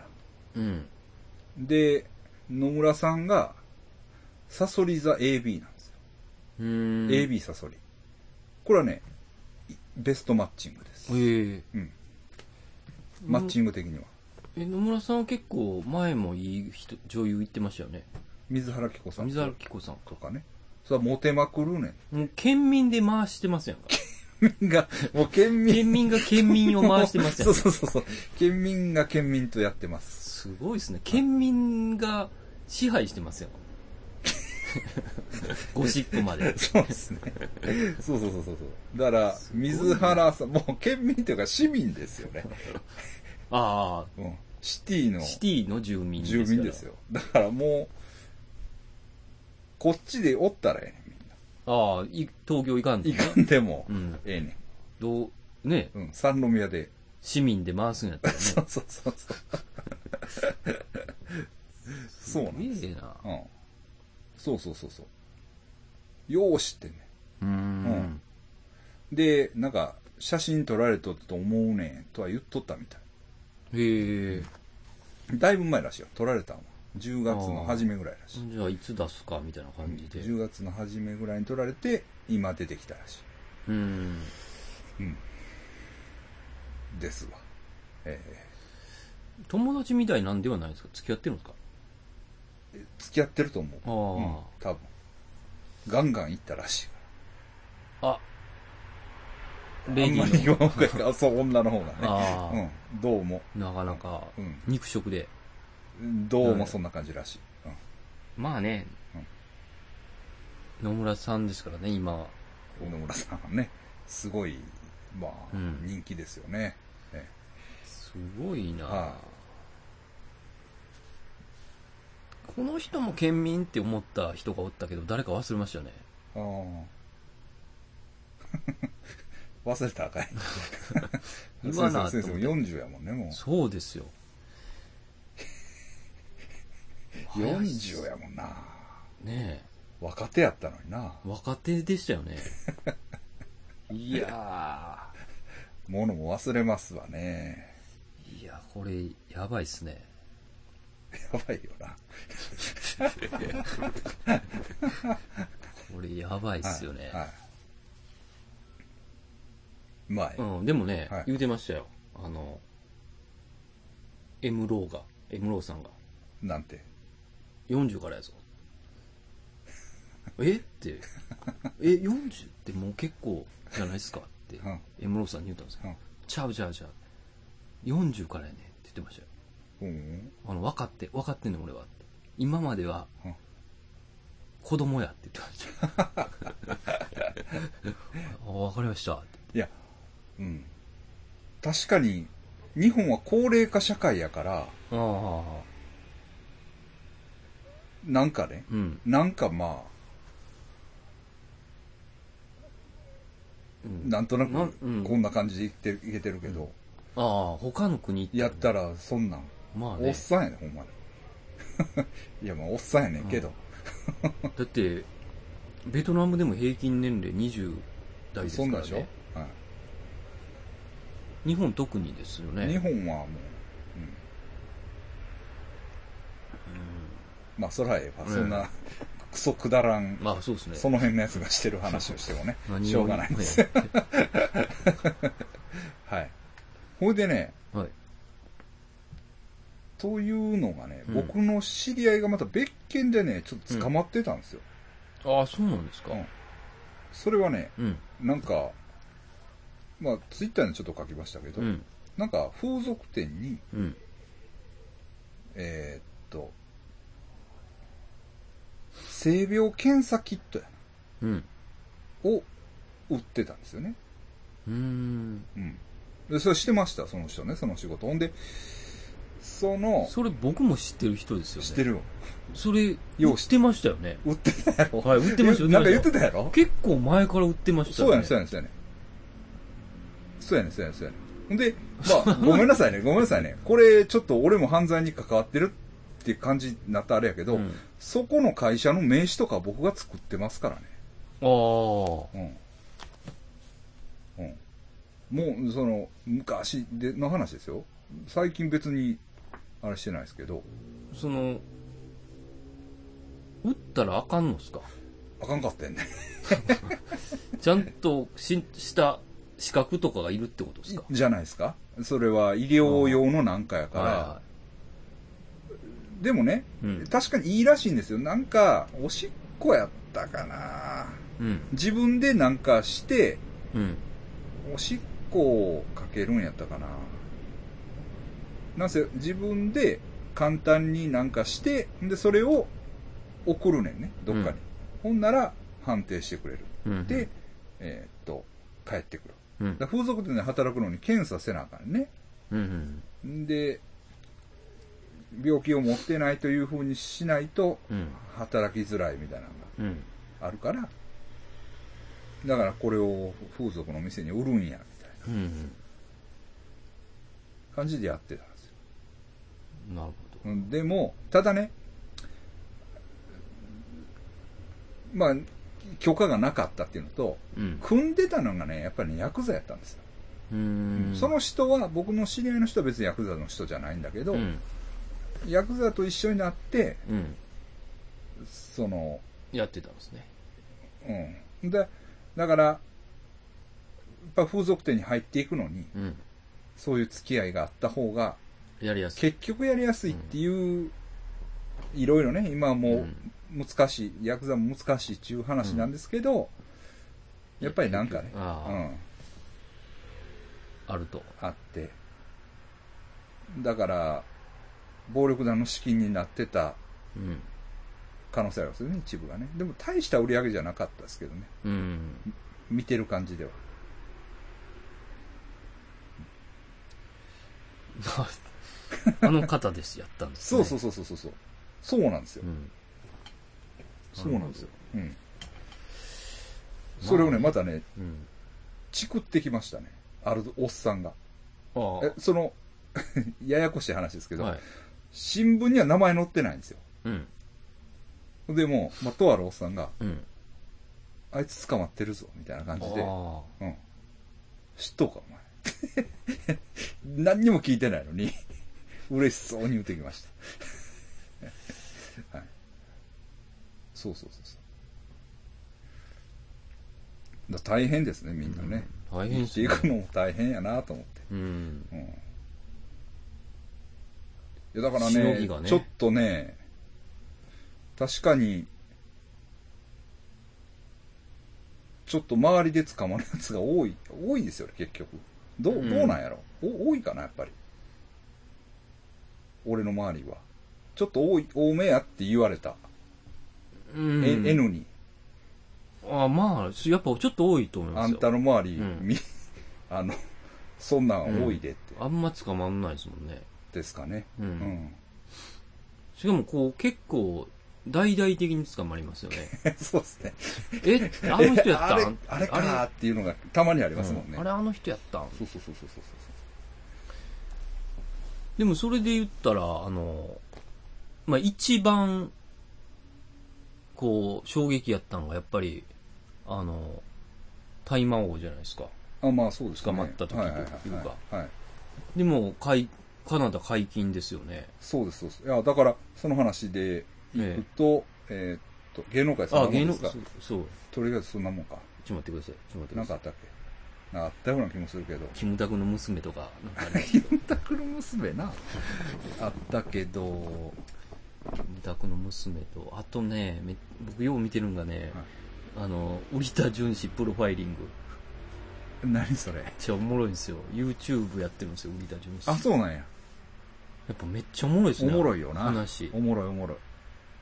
な。うん。で、野村さんが、サソリ座 AB なんですよ。うーん。 AB サソリ。これはね、いベストマッチングです。ええうん。マッチング的には。え、野村さんは結構前もいい人、女優言ってましたよね。水原希子さん水原希子さんととか。かね。それはモテまくるねもう県民で回してますやんか。ん。が、もう県民。県民が県民を回してますそやんうか。そうそうそう。県民が県民とやってます。すごいですね。県民が支配し てますよ。ゴシップまで。そうですね。そうそうそうそうそう。だから、水原さん、もう県民というか市民ですよね。あうん。シティのあ、シティの住民です住民です。よ。だからもう、こっちでおったらええねん、ああ、い東京行かんとみねんな。いかんでもう、ん。ええねどう、ね、ん。うん。三宮で。市民で回すんやったらね。そうそうそうそう。そうなんすげえな。うん。そうそうそうそう。よう知ってんねん。うーん。で、なんか、写真撮られとったと思うねんとは言っとったみたへえ。い。だいぶ前らしいよ。撮られたんは。10月の初めぐらいらしい。じゃあ、いつ出すかみたいな感じで。 10月の初めぐらいに撮られて、今出てきたらしうん。い。ですわ。え友達みたいなんではないですか付き合ってるんですかー付き合ってると思う。あうあん、多分。ガンガン行ったらしい。あ、あレんディまりー言の。わん方がいいか。あそう、女の方がああ、ね。うん。どうも。なかなかうん、肉食で。どうもそんな感じらしい。うんまあね、野村さんですからね、今は。小野村さんはね、すごい、まあ、うん人気ですよね。えすごいな、はこの人も県民って思った人がおったけど、誰か忘れましたね。あー 忘れたらあかい。今な先生、先と生も40やもんね、もう。そうですよ。 40やもんな。ねえ。若手やったのにな。若手でした よね。いや物も忘れますわね。ー。いや、これ、やばいっすね。やばいよな。これ、やばいっすよね。はい。はい、まあ、うん、でもね、はい言うてましたよ。あの、M ローが、M ローさんが、なんて。 40からやぞ。え って、え、40ってもう結構じゃないですかってうん、 M ローさんに言ったんですうよん。ちゃうちゃうちゃう。40からやねんって言ってましたよ。うん。あの、分かって、分かってんねん俺はって。今まではうん、子供やって言ってました。 あ、分かりましたって。いや、うん。確かに、日本は高齢化社会やから、ああ、なんかね、うん。なんかまうあ、んなんとななくうんこんな感じでいっていけてるけど、ああ、他の国ってやったらそんなん、まあおっね。さんやねん、ほんまに。 いや、まあ、おっさんやねんけど。だって、ベトナムでも平均年齢20代ですそんなかんでらしょね。、は日本特にですよい、日ね。本はもう、うん。まあ、そらええわ、うんそん な、クソくだらん、まあそうですね。その辺のやつがしてる話をしてもね 何、をしょうがないです。はい。ほいでね、 はい。というのがね、うん僕の知り合いがまた別件でね、ちょっと捕まってたんですよ。ああ、そうなんですか。うんそれはね、うん。なんか、まあ、ツイッターにちょっと書きましたけど、うん。なんか風俗店に、うん。えーっと、性病検査キットやうん。なを売ってたんですよね。うーん。うん。で、それしてました、その人ね、その仕事。ほんで、その、それ僕も知ってる人ですよね。知ってるよ。それ、よ売う知っってましたよ ね。売ってたやろはい、売ってました、売ってました。なんか言ってたやろ結構前から売ってましたそうよやね。ね、そうやね、そうやね。そうやね、そうやね、そうやね。ほんで、まあ、 ごめんなさいね、ごめんなさいね。これ、ちょっと俺も犯罪に関わってるって感じになったあれやけど、うんそこの会社の名刺とか僕が作ってますからああ。ね。うん。うん。もう、その、昔での話ですよ。最近別に、あれしてないですけど、その、売ったらあかんのっすかあかんかったよね。ちゃんとしした資格とかがいるってことですかじゃないですかそれは医療用のなんかやから、はでもね、うん確かにいいらしいんですよ。なんか、おしっこやったかな。い。うん。自分でなんかして、うん。おしっこをかけるんやったかな。なんせ、自分で簡単になんかして、で、それを送るねんね、どっかに。うんほんなら、判定してくれる。うん。で、えーっと、帰ってくる。うんだから風俗店で働くのに検査せなあかんね。うん。で、病気を持ってないというふうにしないと、うん。働きづらいみたいなのうん。があるから、だからこれを風俗の店に売るんや、みたいなうん。感じでやってたんですよ。なるほど。うんでも、ただね、まあ、許可がなかったっていうのと、うん。組んでたのがね、やっぱりねヤクザやったんですよ。うーん。その人は、僕の知り合いの人は別にヤクザの人じゃないんだけど、うん。ヤクザと一緒になって、うん。その、やってたんですね。うん。で、だから、やっぱ風俗店に入っていくのに、うん。そういう付き合いがあった方が、やりやすい。結局やりやすいっていう、いろいろね、今はもう難しい、ヤクザも難しいっていう話なんですけど、やっぱりなんかね、うああん、あると。あって、だから、暴力団の資金になってたうん。可能性ありますよね、一部がね。でも大した売り上げじゃなかったですけどね、うん。見てる感じでは。あの方です、やったんです、そね。うそうそうそうそう。そうなんですよ。うん。そうなんですよ。うん。あそれをね、またね、うん。チクってきましたね。あるおっさんが。あえ、その、 ややこしい話ですけあ。ど、はい。新聞には名前載ってないんですよ。うん。でも、まあ、とあるおっさんが、うん。あいつ捕まってるぞ、みたいな感じで、あうん。知っとうか、お前。 何にも聞いてないのに、嬉しそうに言ってきました。 はい。そうそうそうそう。だ大変ですね、みんなね。あ。大変生きていくのも大変やなと思って。うん。うん。いや、だからしのねぎがねちょっとね、確かに、ちょっと周りで捕まるやつが多い、多いですよね、結局。どう、うんどうなんやろ、お多いかな、やっぱり。俺の周りは。ちょっと多い、多めやって言われた。うん。え N に。ああ、まあ、やっぱちょっと多いと思いまあすんよ。たの周り、うんみ、あの、そんなん多いでって、あんま捕まんないですもんね。ですかね。うん。うん。しかもこう、結構、大々的に捕まりますよね。 そうですね。え、あの人やったんあれ あれかーっていうのがたまにありあれますもんね。うんあれあの人やったんそうそうそうそうそうでもそれで言ったら、あの、まあ、一番、こう、衝撃やったのが、やっぱり、あの、大魔王じゃないですか。そう。あ、まあそうですね。捕まった時というかはいはいはいはいはい。でも、解カナダ解禁ですよね。そうです、そうです。いや、だから、その話でいくと、えーっと、芸能界そんなあ、もん芸で能、すそかう。そう。とりあえずそんなもんか。ちょっと待ってください。ちょっと待ってなくだんさかあい。ったっけなんかあったような気もする けど。キムタクの娘とか、なんか ありましたキムタクの娘な。あったけど、キムタクの娘と、あとね、め僕よう見てるんがね、あの、織田純子プロファイリング。何それ。めっちゃおもろいんですよ。YouTube やってるんですよ、織田純子。あ、そうなんや。やっぱめっちゃおもろいですおね。もろいよな。話。いおもろいおもろ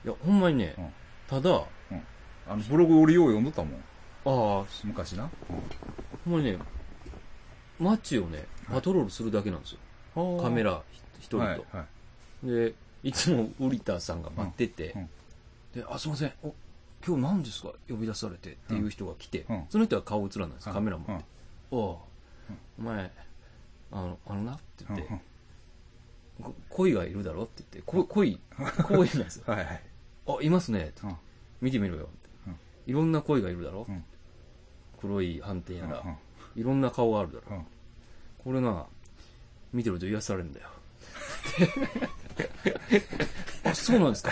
い。や、ほんまにね、うんただ、ああの、ブログ俺よう読んどったもん。あ、ほ昔な。んまにね、街をね、パトロールするだけなんですよ。カメララ一人と、はいはい。で、いつもウリタさんが待ってて、うんうんで、あ、すいません、お今日何ですか呼び出されてっていう人が来て、うんその人は顔映らないんです、カメラも。うんおうお前、あの、あのなって言って、うんこ恋がいるだろって言って、こ恋、恋なんですよ。はいはい。あ、いますね。うん見てみろよ。うんいろんな恋がいるだろうん黒い斑点やらう、んいろんな顔があるだろ。うんこれな、見てると癒されるんだよ。 あ、そうなんですか。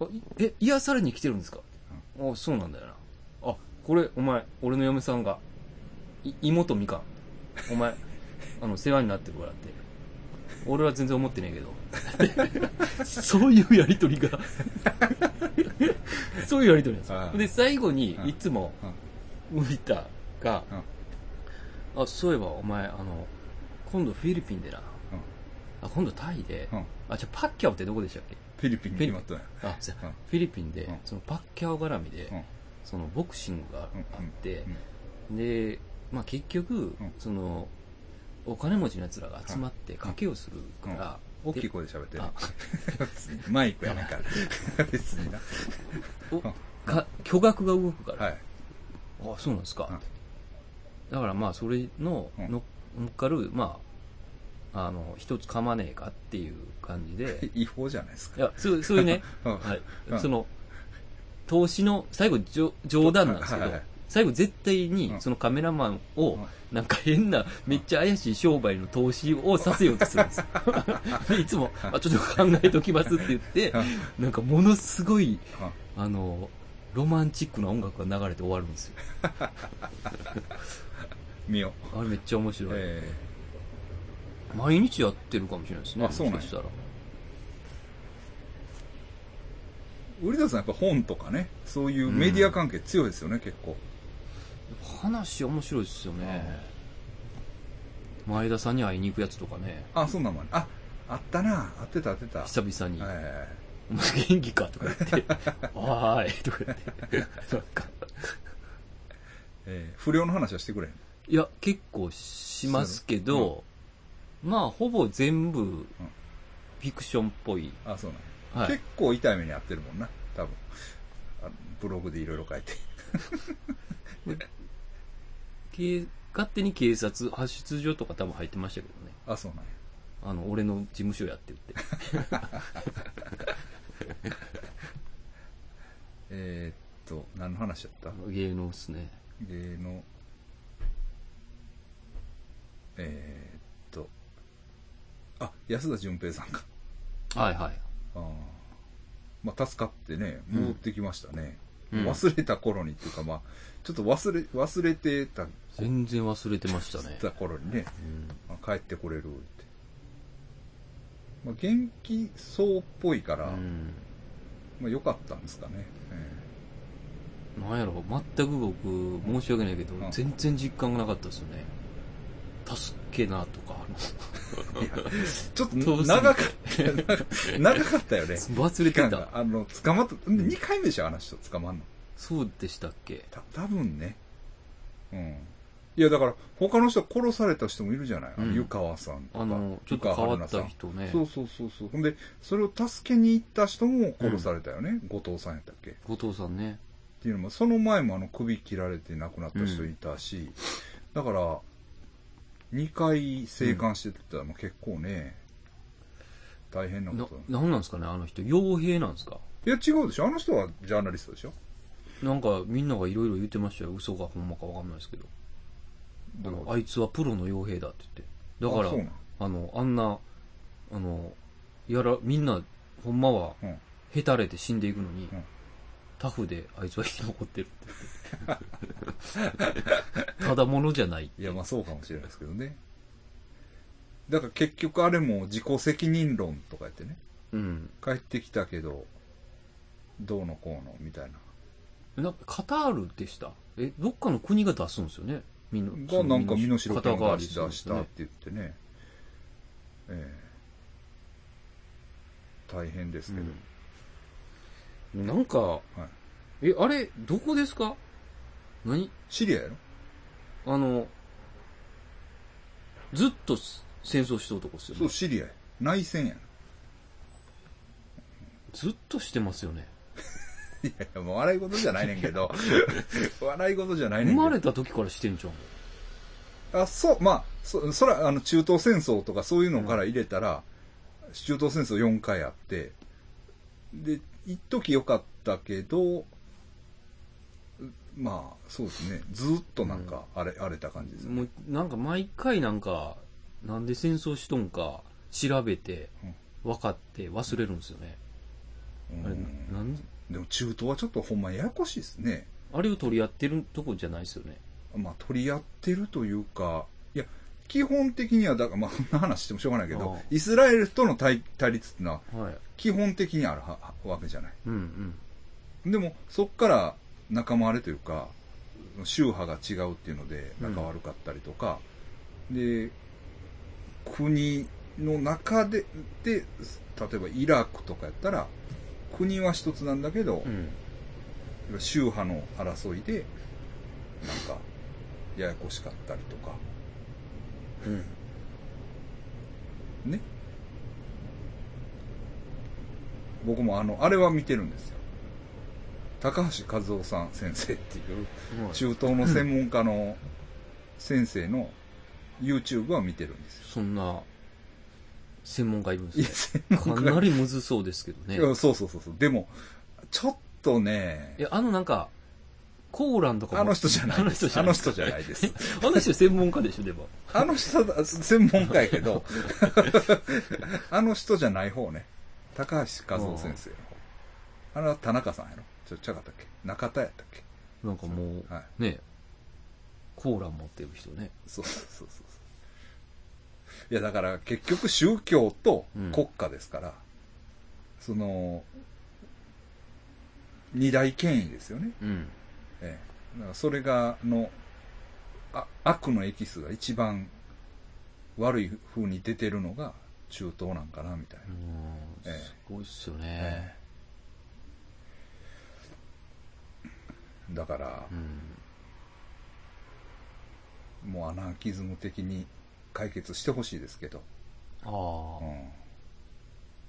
あいえ、癒されに来てるんですか、あ、そうなんだよな。あ、これ、お前、俺の嫁さんが、い妹みかん。お 前、あの、世話になってるからって。俺は全然思ってねえけど。 そういうやりとりが。 そういうやりとりなんですはよ。いで、最後に、いつも、うんウリタが、あそういえばお前あの今度フィリピンでな、あ今度タイで、うんあじゃあパッキャオってどこでしたっけフィリピンに決まったんや。あそううんフィリピンで、うんそのパッキャオ絡みで、うんそのボクシングがあうんって、で、まあ、結局、んそのお金持ちのやつらが集まって賭けをするから、大きい声で喋ってねあ。別に マイクやねんから。別にな。おか巨額が動くから、はい。あそうなんですか、うんだからまあそれのうん乗っかる、まああの一つ噛まねえかっていう感じで 違法じゃないですいか。やそうそういうね、うんはいうんその投資の、最後じょ、冗談なんですはけどいはいはい、最後絶対にうんそのカメラマンうをん、なんか変な、めっちゃ怪しい商売の投資をさせようとするんですよ。でいつも、あ、ちょっと考えときますって言って、なんかものすごい、あの、ロマンチックな音楽が流れて終わるんですよ。見よあれめっちゃ面う白い。え毎日やってるかもしれないですね。あそうなんやもしかしたら。ー、売田さんやっぱ本とかねそういうメディア関係強いですよね、結構話面白いですよね。前田さんに会いに行くやつとかね、あそんなんもあるああったなあってたあってた久々に、えお前元気かとか言って、わーいとか言って、なんか、ーえー不良の話はしてくれへんいや、結構しますけど、まあ、ほぼ全部、フィクションっぽい。あそうなんやはい結。構痛い目に遭ってるもんな多分あのブログでいろいろ書いてけ勝手に警察、発出所とか多分入ってましたけどね。あそうなんやあの、俺の事務所やって言って。えー、っと何の話やった芸能っすね。芸能えー、っとあ安田純平さんかはいはい。あーまあ助かってね戻ってきましたね、うん忘れた頃にっていうかまあちょっと忘れ忘れてた全然忘れてましたね。た頃にね、うまんあ帰ってこれるって、まあ、元気そうっぽいから、うん。まあ、良かったんですかね、えなんやろ、全く僕、申し訳ないけどう、ん全然実感がなかったですよね。助けなとか、えちょっとどうする長かった長かったよね忘れ期て間たが。あの捕まった2回目でしょあの人捕まんのそうでしたっけた多分ねうんいやだから他の人殺された人もいるじゃない、あのうん湯川さんとかあの、ちょっと変わった人ね。そうそうそうそう。ほんで、それを助けに行った人も殺されたよね。後藤さんやったっけっ後藤さんね。ていうのも、その前もあの首切られて亡くなった人いたし、だから、2回生還してたらもう結構ね、大変ななこと、なんなんですかね、あの人。傭兵なんですかいや、違うでしょ。あの人はジャーナリストでしょ。なんか、みんながいろいろ言ってましたよ。嘘かほんまかわかんないですけど。あの、あいつはプロの傭兵だって言って。だあそうなかんら、あの、あんな、あの、やら、みんな、ほんまは、うんへたれて死んでいくのに、うんタフであいつは生き残ってるって言って。 ただものじゃない。いや、まあそうかもしれないですけどね。だから結局あれも自己責任論とか言ってね、うん。帰ってきたけど、どうのこうのみたいな。なんかカタールでした。え、どっかの国が出すんですよね。みんな。がなんか身の代金肩代わを出りしするん出でしすたよっねて言ってね、ええ大変ですけど、うんなんか、はい、え、あれ、どこですか何シリアやろあの、ずっとす戦争してるとこっすよそうね。シリアや内戦やずっとしてますよね。いやいや もう笑い事じゃないねんけど笑い事じゃないね生んけどまれた時からしてんじゃん。あそうまあそそらあの中東戦争とかそういうのから入れたら、中東戦争4回あってで一時良かったけどうまあそうですねずっとなんか荒れ,、荒れた感じですよねもう、なんか毎回なんか、なんで戦争しとんか、調べて、分かって忘れるんですよね。うんあれ、なん、でも中東はちょっとほんまややこしいですね。あれを取り合ってるとこじゃないですよね。まあ取り合ってるというか、いや、基本的には、だからまあそんな話してもしょうがないけどああ、イスラエルとの対対立っていうのははい。基本的にあるははわけじゃない。うんうん。でもそっから仲間割れというか、宗派が違うっていうので仲悪かったりとか、で、国の中で、で、例えばイラクとかやったら、国は一つなんだけど、うん。宗派の争いでなんかややこしかったりとかうん。ね僕もあのあれは見てるんですよ高橋和夫さん先生っていう中東の専門家の先生の YouTube は見てるんですよそんな、専門家いるんいやです専ね。門か家なりむずそうですけどいね。やそうそうそうそうでもちょっとねい、や、あのなんか、コーランとかもあの人じゃないです。ああのの人人じじゃゃなないいです。 あの人専門家でしょ、でも。あの人だ、専門家やけ ど、あの人じゃない方ね。高橋和夫先生の方。あれは田中さんやろちょ、ちゃかったっけ中田やったっけなんかもう、はいね、コーラン持ってる人ね。そうそうそうそう。いや、だから結局宗教と国家ですから、その、二大権威ですよね。うん。ええ、だからそれがのあ悪のエキスが一番悪い風に出てるのが中東なんかなみたいな、ええすごいっすよえね。えだからう、ん。もうアナーキズム的に解決してほしいですけど、あうんだあ。か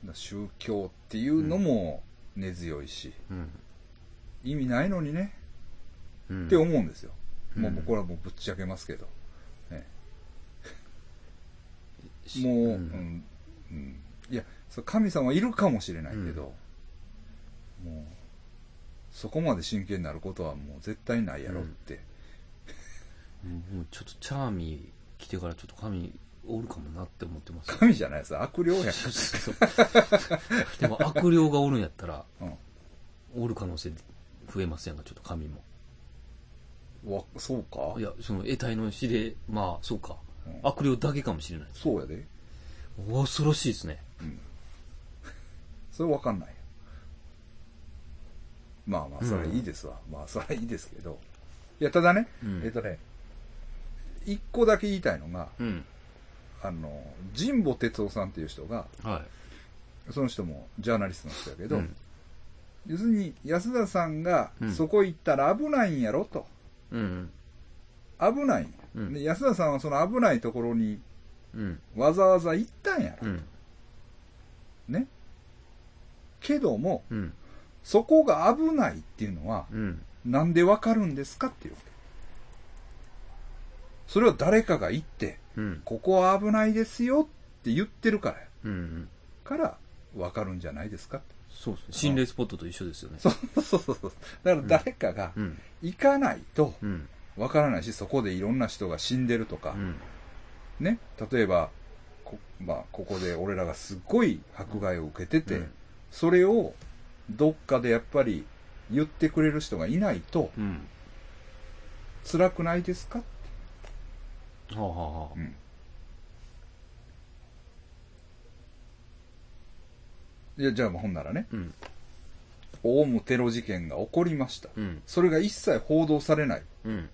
ら宗教っていうのも根強いし、うん。意味ないのにねうんって思うんですよ、うんもう僕らもうぶっちゃけますけど、ええもう、うんんうんいやそう神様いるかもしれないけど、もうそこまで真剣になることはもう絶対ないやろって、もうちょっとチャーミー来てからちょっと神おるかもなって思ってますよ。神じゃないです悪霊や、そうそうそうでも悪霊がおるんやったら、うおる可能性増えませんが、ちょっと神も。ん、わそうかいや、その得体の知れ、まあ、そうか。うん悪霊だけかもしれない。そうやで、恐ろしいですね。うん、それわかんないよまあまあそれはいいですわ、まあそれはいいですけどいやただね、うんえっとね一個だけ言いたいのが、うん。あの神保哲夫さんっていう人がはその人もジャーナリストの人やけい。ど、うん要するに安田さんがうんそこ行ったら危ないんやろとうん。危ない、うんで安田さんはその危ないところにうん。わざわざ行ったんやうろ、ん。ねけどもうん。そこが危ないっていうのはうん。なんでわかるんですかっていうわけそれは誰かが行ってうん。ここは危ないですよって言ってるからやうん。からわかるんじゃないですかって そうですね。心霊スポットと一緒ですよね。そうそうそうそうだから誰かがうん。行かないとうん。わからないしそこでいろんな人が死んでるとか、うん。ね、例えばこ,、まあ、ここで俺らがすっごい迫害を受けてて、うんそれをどっかでやっぱり言ってくれる人がいないとうん。辛くないですか、はあはあはあう。ん、いやじゃあほんならねうん。オウムテロ事件が起こりましたうん。それが一切報道されないうん。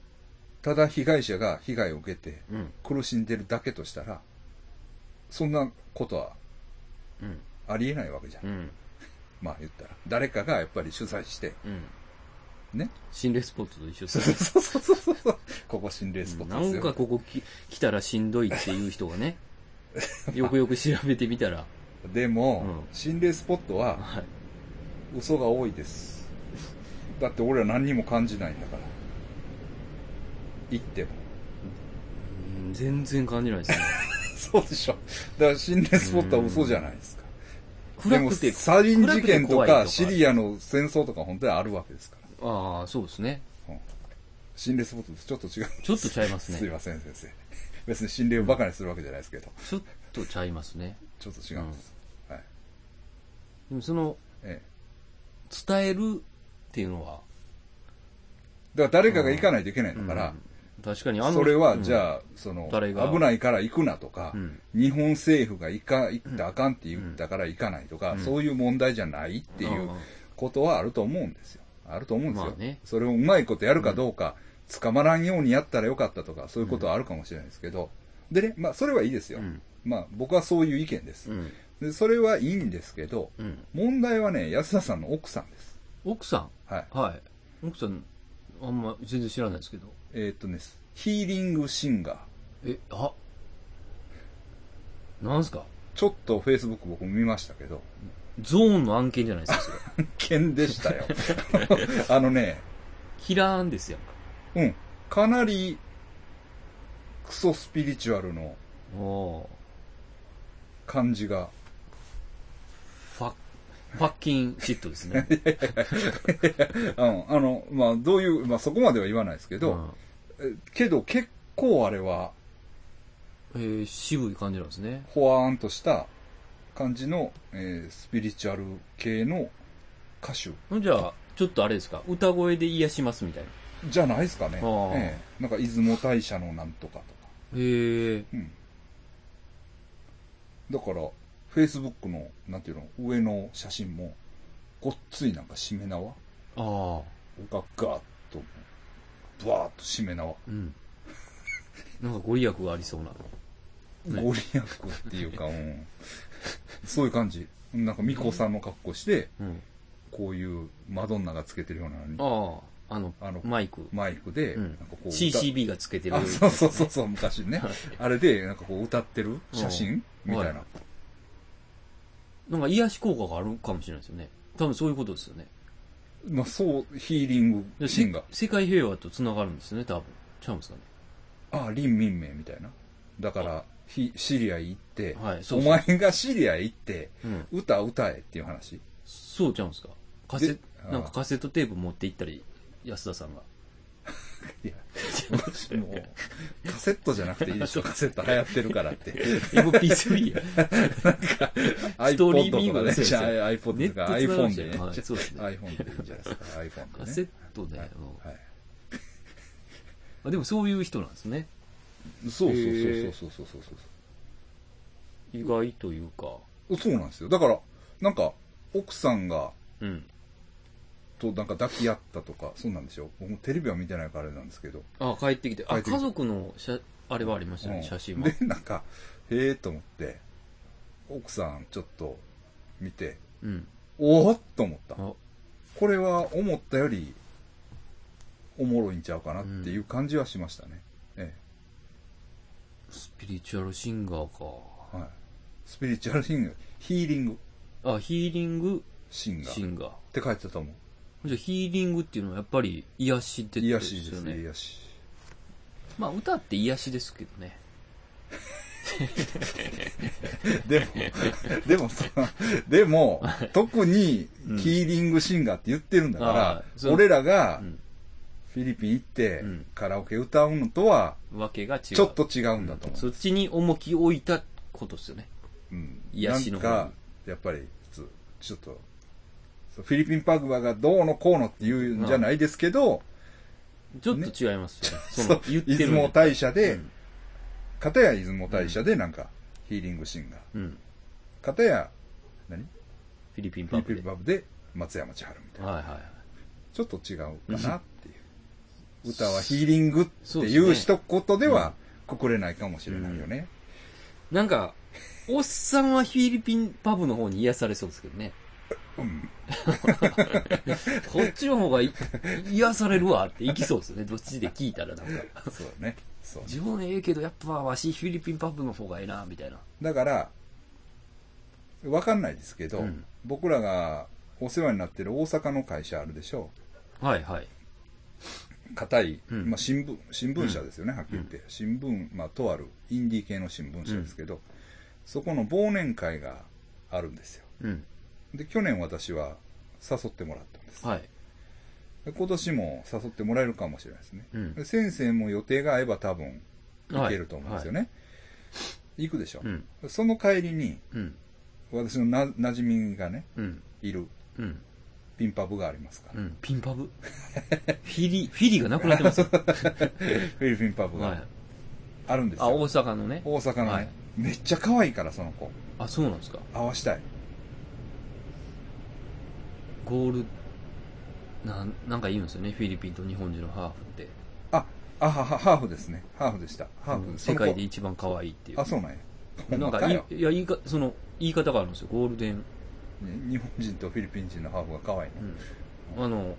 ただ被害者が被害を受けてうん。苦しんでるだけとしたらそんなことはうん。ありえないわけじゃん、うん。まあ言ったら誰かがやっぱり主催 してうん。ね心霊スポットと一緒ですそうそうそうそうそうここ心霊スポットなですんよかここき来たらしんどいっていう人が ね、よくよく調べてみたら、でも、うん心霊スポットははい、嘘が多いですだって俺は何にも感じないんだから行ってもうん全然感じないですね。そうでしょだから心霊スポットは嘘じゃないですかで暗もくて、サリン暗事くて件と怖いかシリアの戦争とか本当にあるわけですからああ、そうですね。心霊スポットですちょっと違うちょっとちゃいますすいね。ません先生 別に心霊をバカにするわけじゃないですけど、ちょっとちゃいますね。ちょっと違うんです、はいでもその、ええ伝えるっていうのは、だから誰かが行かないといけないんだから、うん確かにあの、それはうんじゃあ、その誰が危ないから行くなとか、うん日本政府が行か行ったらあかんって言ったから行かないとか、そういう問題じゃないっていうことはあると思うんですよ。あると思うんですよ。まあねそれをうまいことやるかどうか、捕まらんようにやったらよかったとか、そういうことはあるかもしれないですけど、でね、まあそれはいいですよ。うんまあ僕はそういう意見です、うん、で。それはいいんですけど、うん。問題はね、安田さんの奥さんです。奥さはい。ん、はい。奥さん、あんま全然知らないですけど。えーっとね、ヒーリングシンガー。え、あなんすかちょっとフェイスブック僕見ましたけど、ゾーンの案件じゃないです か、それ。剣でしたよ。 あのね、キラーンですやんか。うん、かなり、クソスピリチュアルのおー感じが、ファパッキンシットです ね。うん、あの、まあ、どういう、まあ、そこまでは言わないですけど、うんえけど結構あれは、えー渋い感じなんですね。ほわーんとした感じの、えースピリチュアル系の歌手ほんじゃあ、ちょっとあれですか、歌声で癒しますみたいな。じゃないですかね。あーええなんか、出雲大社のなんとかとか。へえ。うん。だから、Facebook の、なんていうの、上の写真も、ごっついなんかしめ縄ああ。がガーッと、ブワーッとしめ縄。うん。なんかご利益がありそうな。ねご利益っていうか、うん、そういう感じ。なんか、巫女さんの格好して、うん。こういうマドンナがつけてるようなのに、ああ、あの、あのマイク。マイクで、うんなんかこう歌、 CCB がつけてる。あ、そうそうそうそう、昔ねはい。あれで、なんかこう歌ってる写真うんみたいなは。 なんか癒し効果があるかもしれないですよね。多分そういうことですよね。まあそう、ヒーリングでシーンせが。世界平和と繋がるんですね、多分。ちゃうんですかね。ああ、林民名みたいな。だから、ひシリア行って、はいそうおそう前がシリア行って、うん。歌歌えっていう 話。そうちゃうんですか。カセでなんかカセットテープ持って行ったり、安田さ んが。いや、もう、カセットじゃなくていいで しょ。カセット流行ってるからって。 MP3 や。 スト iPod リーミンとグかね、そうですよ iPod とかネット繋がり iPhone ましたよでね。はいそうですね iPhone でいいんじゃないですか。iPhone で、ね。カセットで、はいうんはいあでもそういう人なんですね。そうへーそうそうそうそうそうそう。意外というか。そうなんですよ。だから、なんか、奥さんが、うん。となんか抱き合ったとか、そうなんでしょ僕もテレビは見てないからあれなんですけど。あ、帰ってきて。帰あ、ってきて家族の写、あれはありましたうね、ん写真も。で、なんか、へえと思って、奥さんちょっと見て、うん。おおっと思った。あ、これは思ったより、おもろいんちゃうかなっていう感じはしましたね。えスピリチュアルシンガーえ。はい。スピリチュアルシンガー、ヒーリングか。あ、ヒーリングシンガシーっンガー。て書いてたと思う。じゃあヒーリングっていうのはやっぱり癒しって癒こしといですね、。癒し。まあ歌って癒しですけどね。で も、でもさ、でも、特にヒーリングシンガーって言ってるんだあかーら、そう俺らがうんフィリピン行ってうんカラオケ歌うのとは、わけが違う。ちょっと違うんだと思。そうっちに重きを置いたことですよね。うん癒しなのん方にか、やっぱり、ちょちょっと、そうフィリピンパグアがどうのこうのっていうんじゃないですけど、ちょっと違います よね。そう、言ってる出の雲大社でうん、片や出雲大社でなんか、ヒーリングシンガー。うん。片や、何フィリピンフィパリピブンで。はパブで松山千春みたいな。いはいはい。ちょっと違うかなっていう。歌はヒーリングってそうでいすうね一言ではくくれないかもしれないよね。なんか、おっさんはフィリピンパブの方に癒されそうですけどね。 こっちの方がい癒されるわって行きそうですよね。どっちで聞いたらなんか。そうね。そう。自分はええけど、やっぱわしフィリピンパブの方がええな、みたいな。だから、わかんないですけど、うん僕らがお世話になってる大阪の会社あるでしょはいはい。う。硬い、うんまあ新聞、新聞社ですよね、はっきり言って。新聞、まあとあるインディー系の新聞社ですけど、そこの忘年会があるんですよ。うん。で、去年私は誘ってもらったんです。はい。今年も誘ってもらえるかもしれないですね。うんで先生も予定が合えば多分行けると思うんですよね。ね。行くでしょは、いうん。その帰りに、うん。私のな馴染みがね、うん。いるうん。ピンパブがありますから。うん。ピンパブ フィリ、フィリがなくなってますよ。 フィリピンパブはがい。あるんですよ。あ、大阪のね。大阪のね、はいめっちゃ可愛いから、その子。あ、そうなんですか。会わしたい。ゴール、なん、なんか言うんですよね。フィリピンと日本人のハーフって。あ、あはは、ハーフですね。ハーフでした。ハーフ。そ世の子界で一番可愛いっていうあ、。そうなんや。ほなまんかかいよ。い、いや、言いか、その、言い方があるんですよ。ゴールデン。ね日本人とフィリピン人のハーフが可愛いね。うん。あの、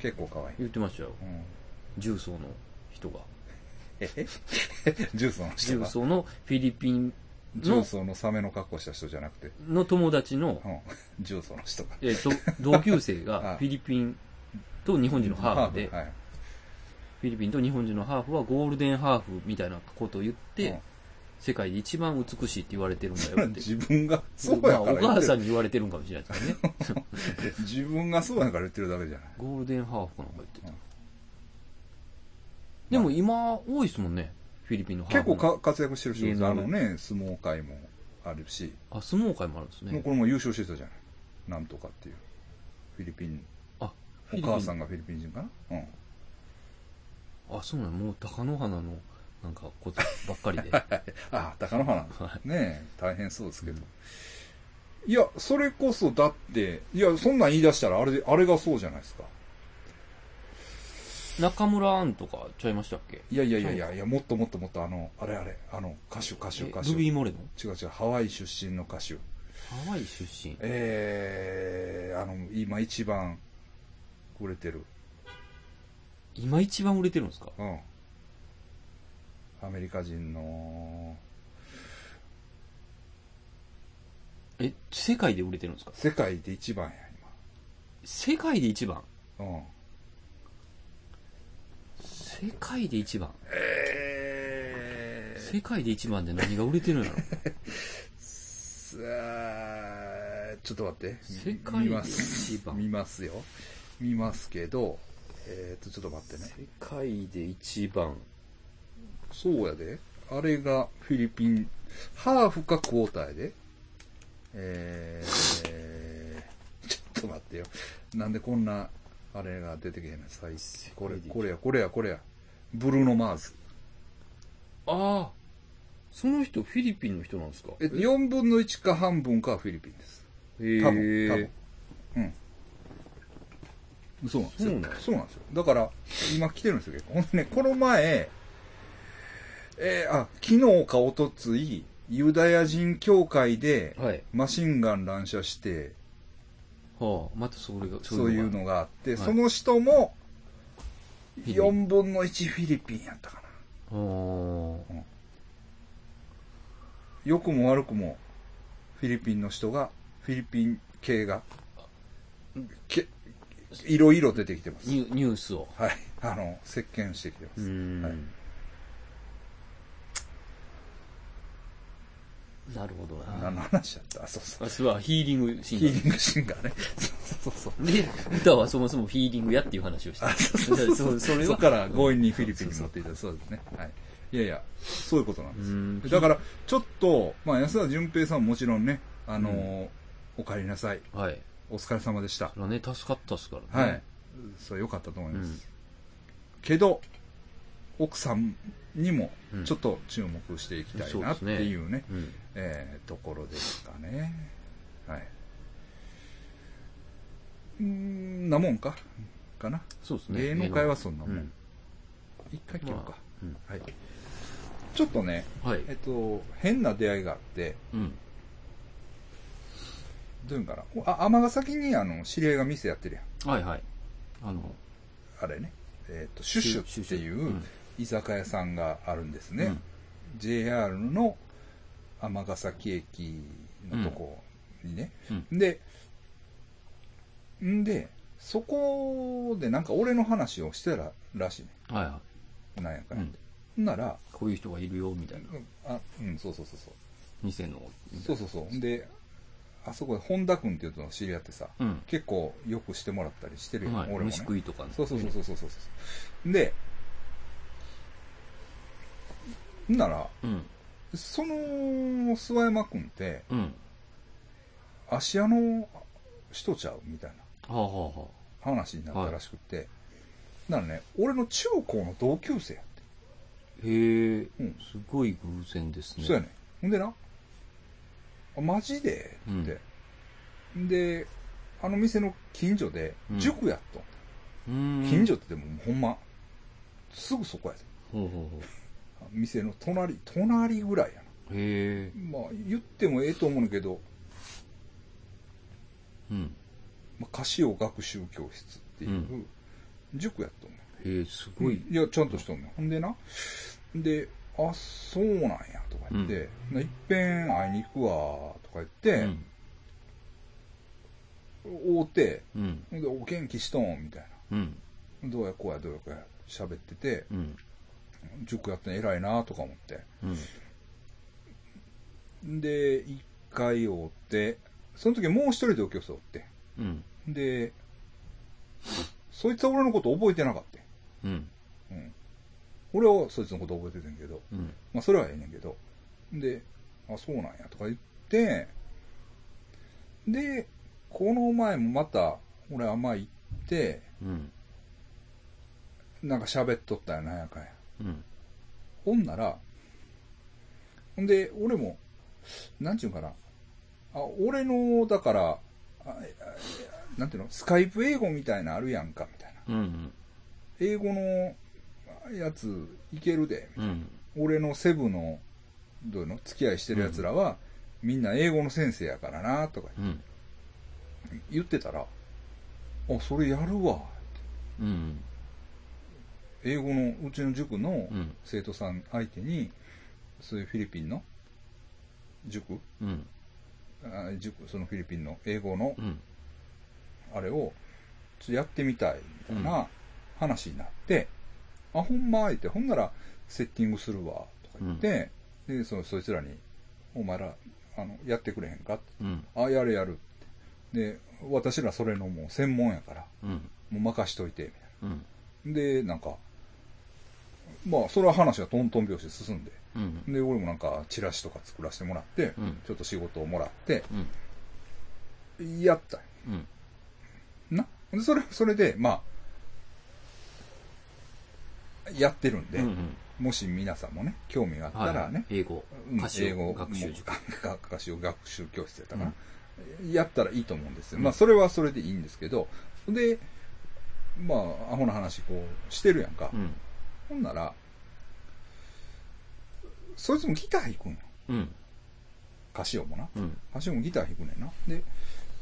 結構可愛い。言ってましたよ。うん、重曹の人が。え ジュースの人重が。曹のフィリピン重の、曹のサメの格好した人じゃなくて、の友達のう、ん、 重曹の人が。えっと、同級生あがフィリピンと日本人のハーフで、はい。フィリピンと日本人のハーフはゴールデンハーフみたいなことを言って、うん世界で一番美しいって言われてるんだよ って。自分が そうやからまあお言って母るさんに言われてるんかもしれないですけどね。 自分がそうやから言ってるだけじゃない。ゴールデンハーフかなんか言ってたうん。でも今、多いですもんね。フィリピンのハー結フの。構か活躍してる人です芸能あののね、相撲界もあるし、あ、相撲界もあるんですもうねこ。れも優勝してたじゃない。なんとかっていう。フィリピン、あ、お母さん。んがフィリピン人かなうん。あ、そうなの。もう高野花の、なんか、ことばっ かりで。ああ、高野花は。ねえ、大変そうですけど。いや、それこそだって、いや、そんなん言い出したらあれで、あれがそうじゃないですか。中村アンとかちゃいましたっけいやいやいやいや、いやもっともっともっとあの、あれあれ、あの、歌手歌手え歌手。ルビー・モレノ違う違う、ハワイ出身の歌手。ハワイ出身。えー、あの、今一番売れてる。今一番売れてるんですかうん。アメリカ人の、え、世界で売れてるんですか世界で一番や、世界で一番今。うん。世界で一番え世界で一番で何が売れてる んやろさあちょっと待って。世界見でます一番見ますよ。見ますけど、えーっと、ちょっと待ってね。世界で一番。そうやで。あれがフィリピン、ハーフかクォーターやで。えー、 ちょっと待ってよ。なんでこんな、あれが出てけへんの最近。これ、これや、これや、これや。ブルーノ・マーズ。ああ。その人、フィリピンの人なんですかえ、4分の1か半分かはフィリピンです。へえ多分、多分。うん。そうなんですよ。そそううなんやなんですよ。だから、今来てるんですよ、結構。ほんでね、この前、えーあ、昨日かおとつい、ユダヤ人教会で、はい。マシンガン乱射して、はあ、またそれが、そういうがのがあって、はいその人も、フィリピン4分の1フィリピンやったかな。ああ。良くも悪くも、フィリピンの人が、フィリピン系が、けいろいろ出てきてます。ニュニュースを。はい。あの、席巻してきてうます。ん、はいなるほどな。何の話だったあそうそう。あそれはヒーリングシヒーンーリングシンガーね。そうそうそう。で、歌はそもそもヒーリングやっていう話をして。そうそうそう。それそはこから強引にフィリピンに持っていたそうですね。はい。いやいや、そういうことなんです。うんだから、ちょっと、まあ、安田純平さんももちろんね、あのーお帰りなさい。はい。お疲れ様でしたそ。れはね、助かったっすからはね。い。それ良かったと思います。けど、奥さんにもうんちょっと注目していきたいなっていうね、うん。えーところですかね。はい。うーんなもんかかな。そうですね。芸能界はそんなも。うん一回切ろうかまあ。うんはい。ちょっとね、はい。えっと、変な出会いがあって、うん。どういうんかな。あ、尼崎にあの、知り合いが店やってるやん。はいはい。あの、あれね。えっと、シュッシュっていシュッシュううん居酒屋さんがあるんですね。うん JR の尼崎駅のとこにね。うん。で、んで、そこでなんか俺の話をしてたらしいはいはね。なんやかい。んやうっんて。。ほんなら、こういう人がいるよ、みたいな。うんあ、うん、そうそうそうそう。店の。そうそうそう。ほんで、あそこで本田君っていうと知り合ってさ、うん。結構よくしてもらったりしてるよ、はい。俺も、ね。虫食いとかのそうそうそうそうそうそうそう。で、ほんなら、うん。その諏訪山君って、うん。は芦屋の人ちゃうみたいなあはあは話になったらしくって、ならね、俺の中高の同級生やって。あ。へえ、うんすごい偶然ですね。そうやね。ほんでな、あマジでって。で、あの店の近所でうん塾やっと。うん。近所ってでもほんま、すぐそこやで。ほうほうほ店の隣、隣ぐらいやう。へえ。な。まあ言ってもええと思うねんだけど、うん。まあ、カシオ学習教室っていうう塾やっとんねん。へえ、すごい。いや、ちゃんとしとんねん。ほんでな、で、あ、そうなんや、とか言って、ないっぺん会いに行くわ、とか言って、うん。会うて、うん。ほんで、お元気しとん、みたいうん。な。どうやこうや、どうやこうや、喋ってて、うん。塾やってんの偉いな、とか思って。うん。で、一回追って、その時もう一人同居生追って。うん。で、そいつは俺のこと覚えてなかった。うん。うん。俺はそいつのこと覚えててんけど、うん。まあそれはええねんけど。で、あ、そうなんやとか言って、で、この前もまた、俺甘い行って、うん。なんか喋っとったやなんやかんや。うん。ほんなら、ほんで、俺も、なんちゅうんかな。あ、俺の、だから、ああなんていうの、スカイプ英語みたいなあるやんか、みたいな。うん。英語のやついけるで。うん。俺のセブの、どういうの付き合いしてる奴らは、みんな英語の先生やからな、とかうん。言ってたら、あ、それやるわ。うん。英語の、うちの塾のうん。生徒さん相手に、そういうフィリピンの塾うん。あ塾そのフィリピンの英語のうん。あれをちょっとやってみたいみたいな話になって、あほんまあえてほんならセッティングするわとか言って、でそそいつらに「お前らあのやってくれへんか?」ってうん。 「あやるやる」ってで私らそれのもう専門やからうん。もう任しといてみたいうなん。でなんかまあそれは話がトントン拍子で進んでうん。で俺もなんかチラシとか作らせてもらって、うんちょっと仕事をもらってうん。やったんようん。な。でそれ、それで、まあ、やってるんで、うん。もし皆さんもね、興味があったらね、英語うん。歌詞英語学習塾。もう歌詞を学習教室やったかな、やったらいいと思うんですよ。まあ、それはそれでいいんですけど、で、まあ、アホな話こうしてるやんか。うん。ほんなら、そいつもギター弾くんよ。うん。歌詞をもな。うん。橋もギター弾くねんな。で、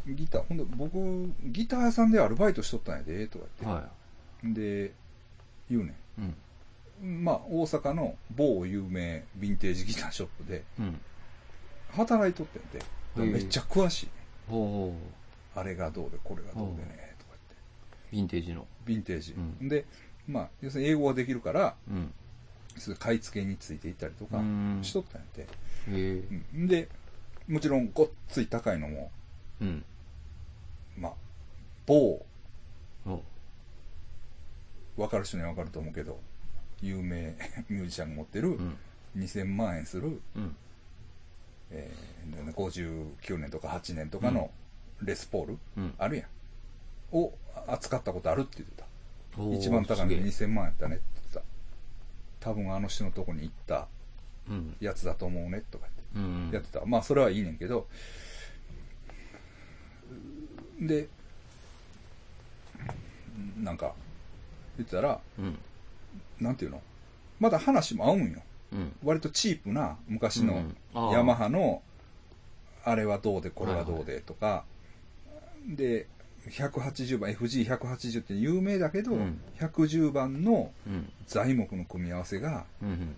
ギター、ほんで僕、ギター屋さんでアルバイトしとったんやで、とか言って。はで、言うねい。うん。ん。まあ、大阪の某有名ヴィンテージギターショップでうん。働いとってんで、へえめっちゃ詳しいね。ほあれがどうで、これがどうでね、とかう。ヴィンテージの。言って。ヴィンテージ。うんで、まあ、要するに英語ができるから、うん。そういう買い付けについていったりとかうんしとったんやで。へえ。うん。で、もちろんごっつい高いのも、うん。まあ、某お分かる人には分かると思うけど有名 ミュージシャンが持ってるうん。 2000万円する、うん。えー59年とか8年とかのレスポール、うん。あるやんを扱ったことあるって言ってたおー一番高いすのげえ2000万円やったねって言ってた多分あの人のとこに行ったうん。やつだと思うねとか言ってうん。やってた、まあそれはいいねんけどでなんか言ってたらうん。なんていうのまだ話も合うんようん。割とチープな昔うのんあーヤマハのあれはどうでこれはどうでとか、で180番 FG180 って有名だけど、うん110番のうん。材木の組み合わせがうん。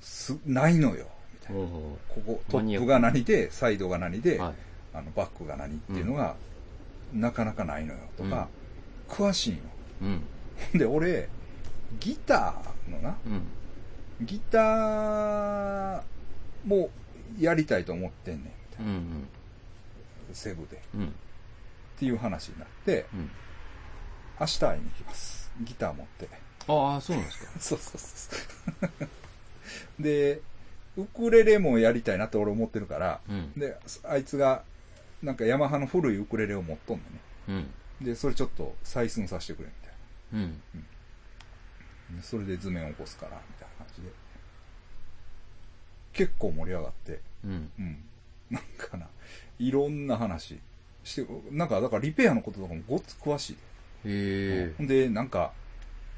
すないのよみたいおなおここトマッニアップクが何でサイドが何で、ー。はい。あのバックが何っていうのが、なかなかないのよとか、詳しいんよう ん。で俺ギターのなうん。ギターもやりたいと思ってんねんみたういん。うん。なセブでっうん。ていう話になってうん。明日会いに行きますギター持って ああ、そうなんですか。そうそうそうそう でウクレレもやりたいなって俺思ってるからうん。であいつがなんかヤマハの古いウクレレを持っとんのねうん。でそれちょっと採寸させてくれみたいうん。なでそれで図面を起こすからみたいな感じで結構盛り上がってうん。うん。 なんかな、いろんな話して、なんか、だからリペアのこととかもごっつ詳しい。へえ。ほんで、なんか、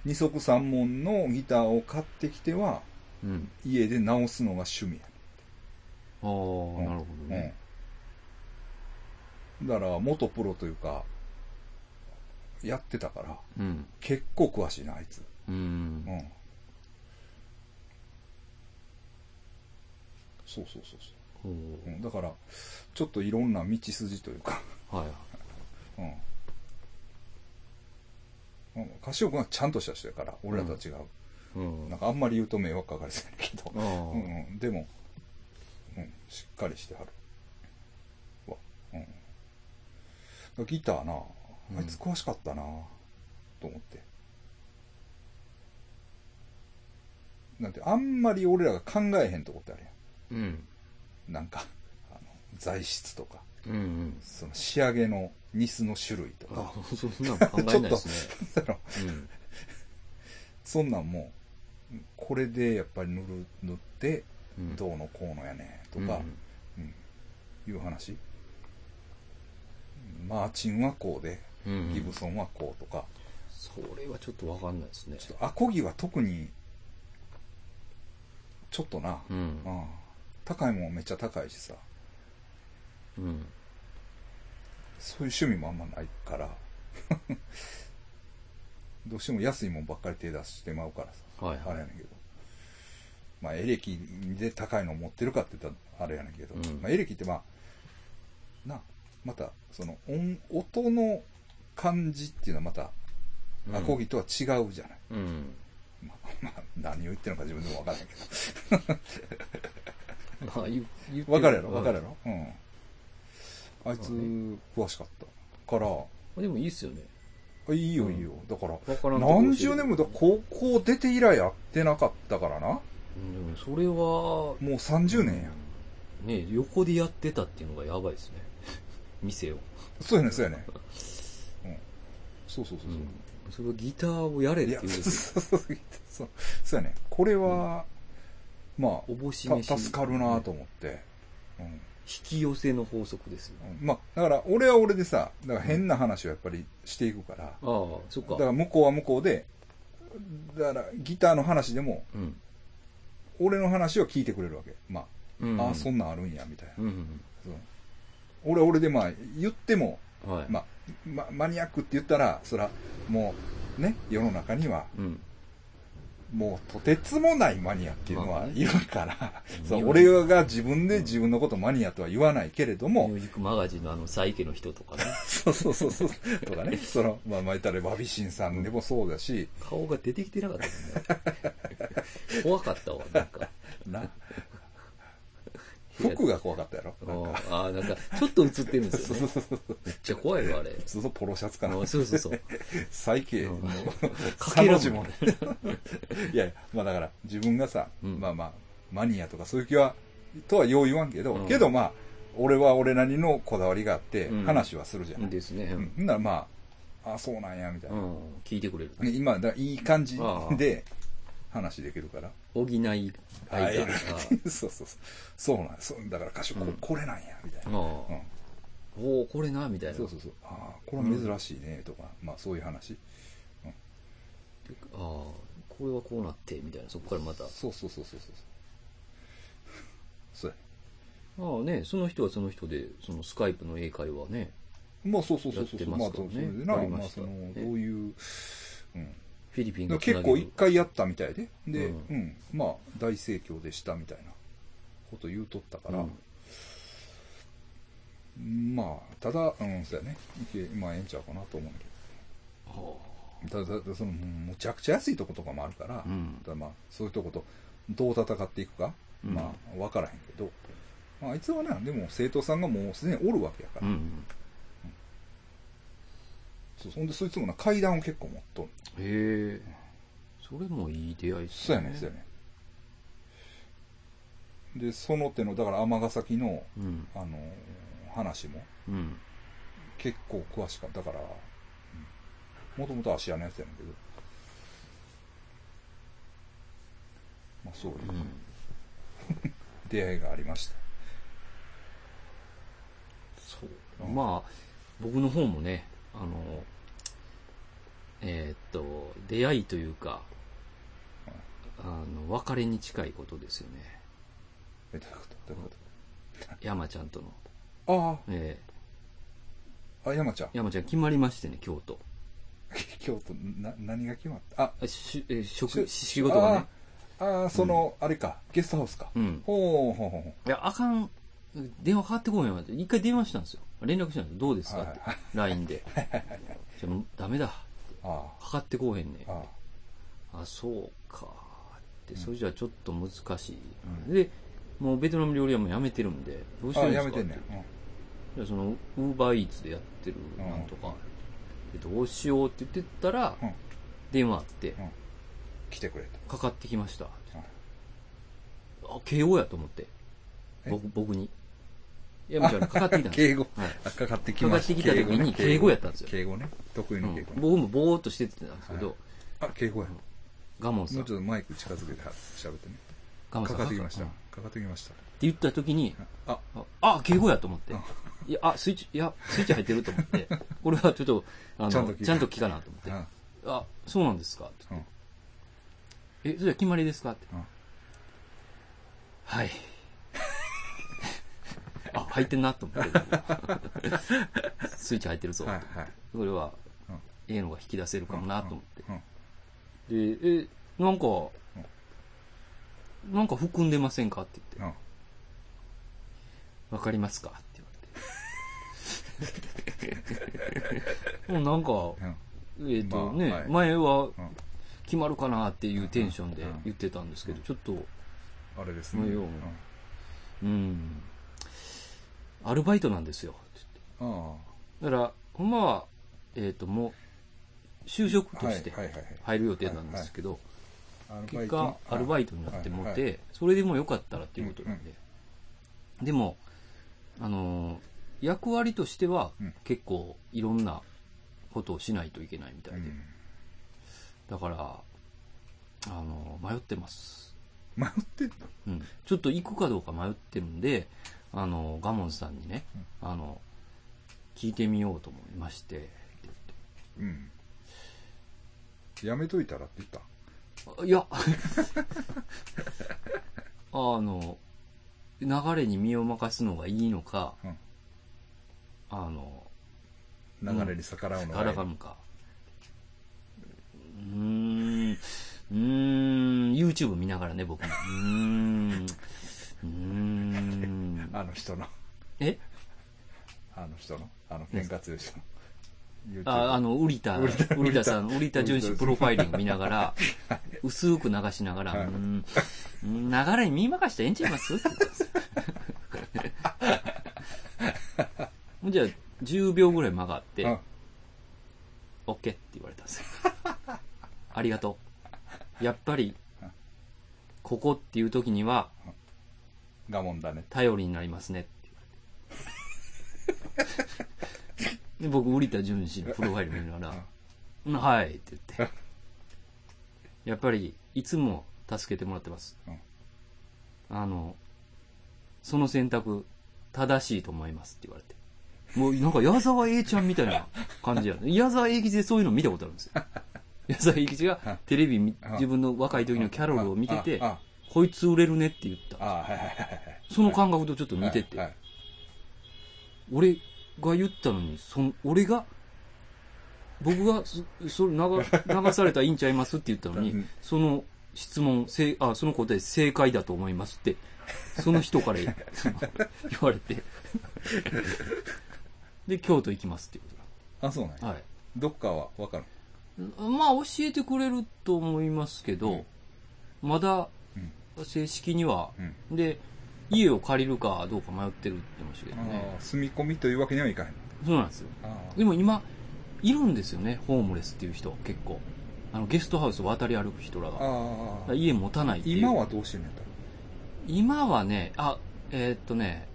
二足三門のギターを買ってきては、うん。家で直すのが趣味や、ああ、うんなるほどね。うん。だから、元プロというか、やってたから、うん。結構詳しいな、あいつ。うう。んん。そうそうそうそおう、うん。だから、ちょっといろんな道筋というか、 お。はい。うん。うん、カシオ君はちゃんとした人やから、俺らとは違う。うんなん。かあんまり言うと迷惑かかりそうやけど。ああ。うん、うん。でも、うん、しっかりしてはるわ、うん、ギターなあいつ詳しかったな、と思ってなんてあんまり俺らが考えへんとこってあるやうん。んなんかあの材質とかうんうん。その仕上げのニスの種類とかあ、そんなの考えないですね。あのうん。 そんなんもうこれでやっぱり塗る塗ってうんどうのこうのやねとうんか、いう話マーチンはこうでうんうんギブソンはこうとか、それはちょっとわかんないですね。ちょっとアコギは特にちょっとな、うう。んん高いもんめっちゃ高いしさうん。そういう趣味もあんまないから どうしても安いもんばっかり手出してまうからさはいあれはやい。ねんけど。まあ、エレキで高いの持ってるかって言ったらあれやねんけど、うんまあ、エレキってまあ、な、また、その音、音の感じっていうのはまた、アコギとは違うじゃない。うん。まあ、まあ、何を言ってるのか自分でもわからないけど。まあ、言う言ってわかるやろわかるやうんろうん。あいつまあ、詳しかった。から、でもいいっすよね。あいいようんいいよ。だから、わからんとこ何十年も、だから高校出て以来やってなかったからな。うん、でもそれは、もう30年や。ね、横でやってたっていうのがやばいですね。 店を。そうやね、そうやね。うん。そうそうそうそう。うん。それはギターをやれっいていや、うそう。そうそうそう。そうやね。これは、まおぼしあ、飯。た助かるなと思って。うん。引き寄せの法則ですよ。うんまあ、だから、俺は俺でさ、だから変な話をやっぱりしていくから、ああ、そっかだか。ら向こうは向こうで、だから、ギターの話でも、うん。俺の話を聞いてくれるわけ。まうん。あ、ああ、そんなんあるんや、みたいな。うん。そう俺は俺で、まあ、言っても、はい。まあ、まマニアックって言ったら、そら、もう、ね、世の中には、うん。もうとてつもないマニアっていうのまあはねいるから、 そういる俺が自分で自分のことマニアとは言わないけれどミもュ、ージックマガジンのあの、サイケの人とかね。 そうそうそうそう、と かね、その、まあ、まあ、言ったら、ワビシンさんでもそうだし、顔が出てきてなかったもん ね。怖かったわ、なんか。な、服が怖かったやろ。なんかああ、なんか、ちょっと映ってるんです そうよそうね。そうそう。めっちゃ怖いわ、あれ。そうそう、ポロシャツかあな。ーそうそ うそう。最軽のうん、 3文字ももんね。いやいや、まあだから、自分がさ、うんまあまあ、マニアとかそういう気は、とはよう言わんけど、うんけどまあ、俺は俺なりのこだわりがあってう、ん話はするじゃない。ですね。うん、ほんならまあ、あそうなんや、みたいうな。ん。聞いてくれる。ね今、だいい感じああで話できるから。 補い相手。会えあるっていう。そうそうそう。そうなんやそうだから歌手、こうんこれなんや、みたいあな。 うんおお、これな、みたいな。そうそうそう。ああ、これは珍しいね、とか、まあそういう話。ああ、これはこうなって、みたいな。そこからまた。あそうそうそうそうそう。そうやあね、その人はその人で、そのスカイプの英会話ね、まあそうそうそうそうやっそてう。ままあすかそらうねそれでな、わかりままあしたその、ねどういう、うん。フィリピンだがから結構一回やったみたいで、で、ううんん、まあ大盛況でしたみたいなこと言うとったから、まあ、ただ、うん、そうやね。いけまあ、ええんちゃうかなと思うんだけど。ただ、ただその、うんむちゃくちゃ安いとことかもあるから、うんただまあ、そういうとこと、どう戦っていくか、うんまあ、わからへんけど、まあ、あいつはな、でも、生徒さんがもうすでにおるわけやから、うん。そうそんで、そいつもな、階段を結構持っとんねんへえ。それもいい出会いっすそうやねん、そうやねん。で、その手の、だから、尼崎の、うん。あのー話も、うん。結構詳しかっただから、もともと足屋のやつやねんけど。まあそういううん。出会いがありました。そう。うんまあ、僕の方もね、あの、えーっと、出会いというか、あの、別れに近いことですよね。え、どういうことどういうこ山ちゃんとの。とあえあ、あ、山ちゃん ー。山ちゃん決まりましてね、京都。京都、な、何が決まったあ、あしえーし職、仕事がね。あーあー、その、あれか、ゲストハウスか。うん。ほうほうほうほいや、あかん。電話かかってこんよ。一回電話したんですよ。連絡したんですよ。どうですう。かはっいて。。LINE で。じゃあダメだ。あかかってこうへんねあ、ああ、あそうかってそれじゃちょっと難しい、うんでもうベトナム料理はもうやめてるんで、どうしてあ、るんでやすめかてんねんって。いやその、ウーバーイーツでやってる、なんとか、でどうしようって言ってたら、うん電話あってうん、来てくれと。かかってきました。うんあ、慶応やと思って。え僕、僕に。いや、もちろんかかってきたんです敬よ。語。はいあかかってきました。かかってきた時に敬語やったんですよ敬語ね。得意うの敬ん語、ね僕もぼーっとしててたんですけど、あ、敬語や。うんもガモンうさちょんっ、とマイク近づけて喋ってね。ガモンさかかんってきましたうんっ。かかってきまして言った時に、た。あ、ああ、敬語やと思ってうん。いや、あ、スイッチ、いや、スイッチ入ってると思って。これはちょっと、あの、ちちゃゃんんと聞といて聞かなと思ってう。んあ、そうなんですかってう言っんて。え、それは決まりですかって。うんはい。 あ、入ってんなと思って。 スイッチ入ってるぞ。はいはい。それはうん、ええのが引き出せるかもなと思って。うん。で、え、なんか、なんか含んでませんかって言って。うんわかりますかって言われて。も うなんか、うん。えっ、とね、まあはい前はん決まるかなっていうテンションでうん言ってたんですけど、うんちょっと、あれですね。のよううんうん、アルバイトなんですよ。ってあ言ってだから、ほんまは、えっ、と、もう、就職あ。とはいしてはいはいはい。入る予定なんですけど、アルバ結イト果、アルバイトになってもうて、それでもよかったらっていうことなんで。でも、あのー、役割としてはうん結構いろんなことをしないといけないみたういで。んだから、あの、迷ってます。迷ってんのうん。ちょっと行くかどうか迷ってるんで、あの、ガモンさんにね、あの、聞いてみようと思いまして、うん。やめといたらって言った。あいや、 あの、流れに身を任すのがいいのか、うんあの、流れに逆らうのがあいいらがむか。うーん、うーん、YouTube 見ながらね、僕も。うーん、うーん。あの人の、えあの人の、あの喧嘩強い人の。YouTube ああの、ウリタ、ウリタさん、ウリタ純子プロファイリング見ながら、薄く流しながら、うはいーん、うん流れに見任してええんちゃいます って言ったんですよほんじゃあ、10秒ぐらい曲がって、うん OK って言われたんですよ。ありがとう。やっぱり、ここっていう時には我慢だね。頼りになりますね って言われて。で僕、売田淳氏のプロファイル見ながら、うんはいって言って。やっぱり、いつも助けてもらってます。うんあの、その選択、正しいと思いますって言われて。もうなんか矢沢永ちゃんみたいな感じや ね。矢沢永吉でそういうの見たことあるんですよ。矢沢永吉がテレビ見うん自分の若い時のキャロルを見ててあ、こいつ売れるねって言った。あ、ああはいはいはいはい。その感覚とちょっと似てはいて、はい俺が言ったのに、そん俺が、僕がそそれ流流されたらいいんちゃいますって言ったのうにん、その質問、せいあその答え正解だと思いますって、その人から その言われて、で、京都行きますっていうこあ、そうなんとや。だ。はい。どっかはわかる。まあ、教えてくれると思いますけど、まだ正式には、うん。で、家を借りるかどうか迷ってるって言ってましたけどねあ。あ、住み込みというわけにはいかへん。そうなんですよ。ああでも今、いるんですよね、ホームレスっていう人、結構。あの、ゲストハウスを渡り歩く人らが。だかああら。家持たないっていう。今はどうしてんねんやっ今はね、あ、えーっとね、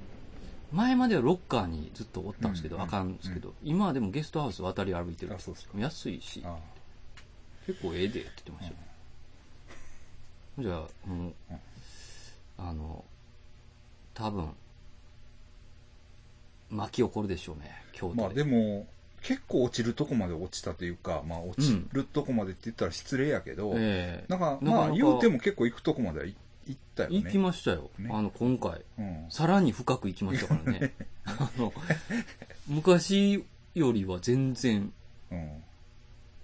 前まではロッカーにずっとおったんですけど、うんあかんんですけど、今はでもゲストハウス渡り歩いてたるら。あ、。そうっすか。安いしあ、あ。結構ええでって言ってましたよ。じゃあ、もう、あの、多分、巻き起こるでしょうね、京都で。まあでも、結構落ちるとこまで落ちたというか、まあ落ちるとこまでって言ったら失礼やけど、ええなんか、なかまあなか言うても結構行くとこまではい行ったよね。行きましたよ。ねあの、今回。うん。さらに深く行きましたから ね。あの、昔よりは全然、うん。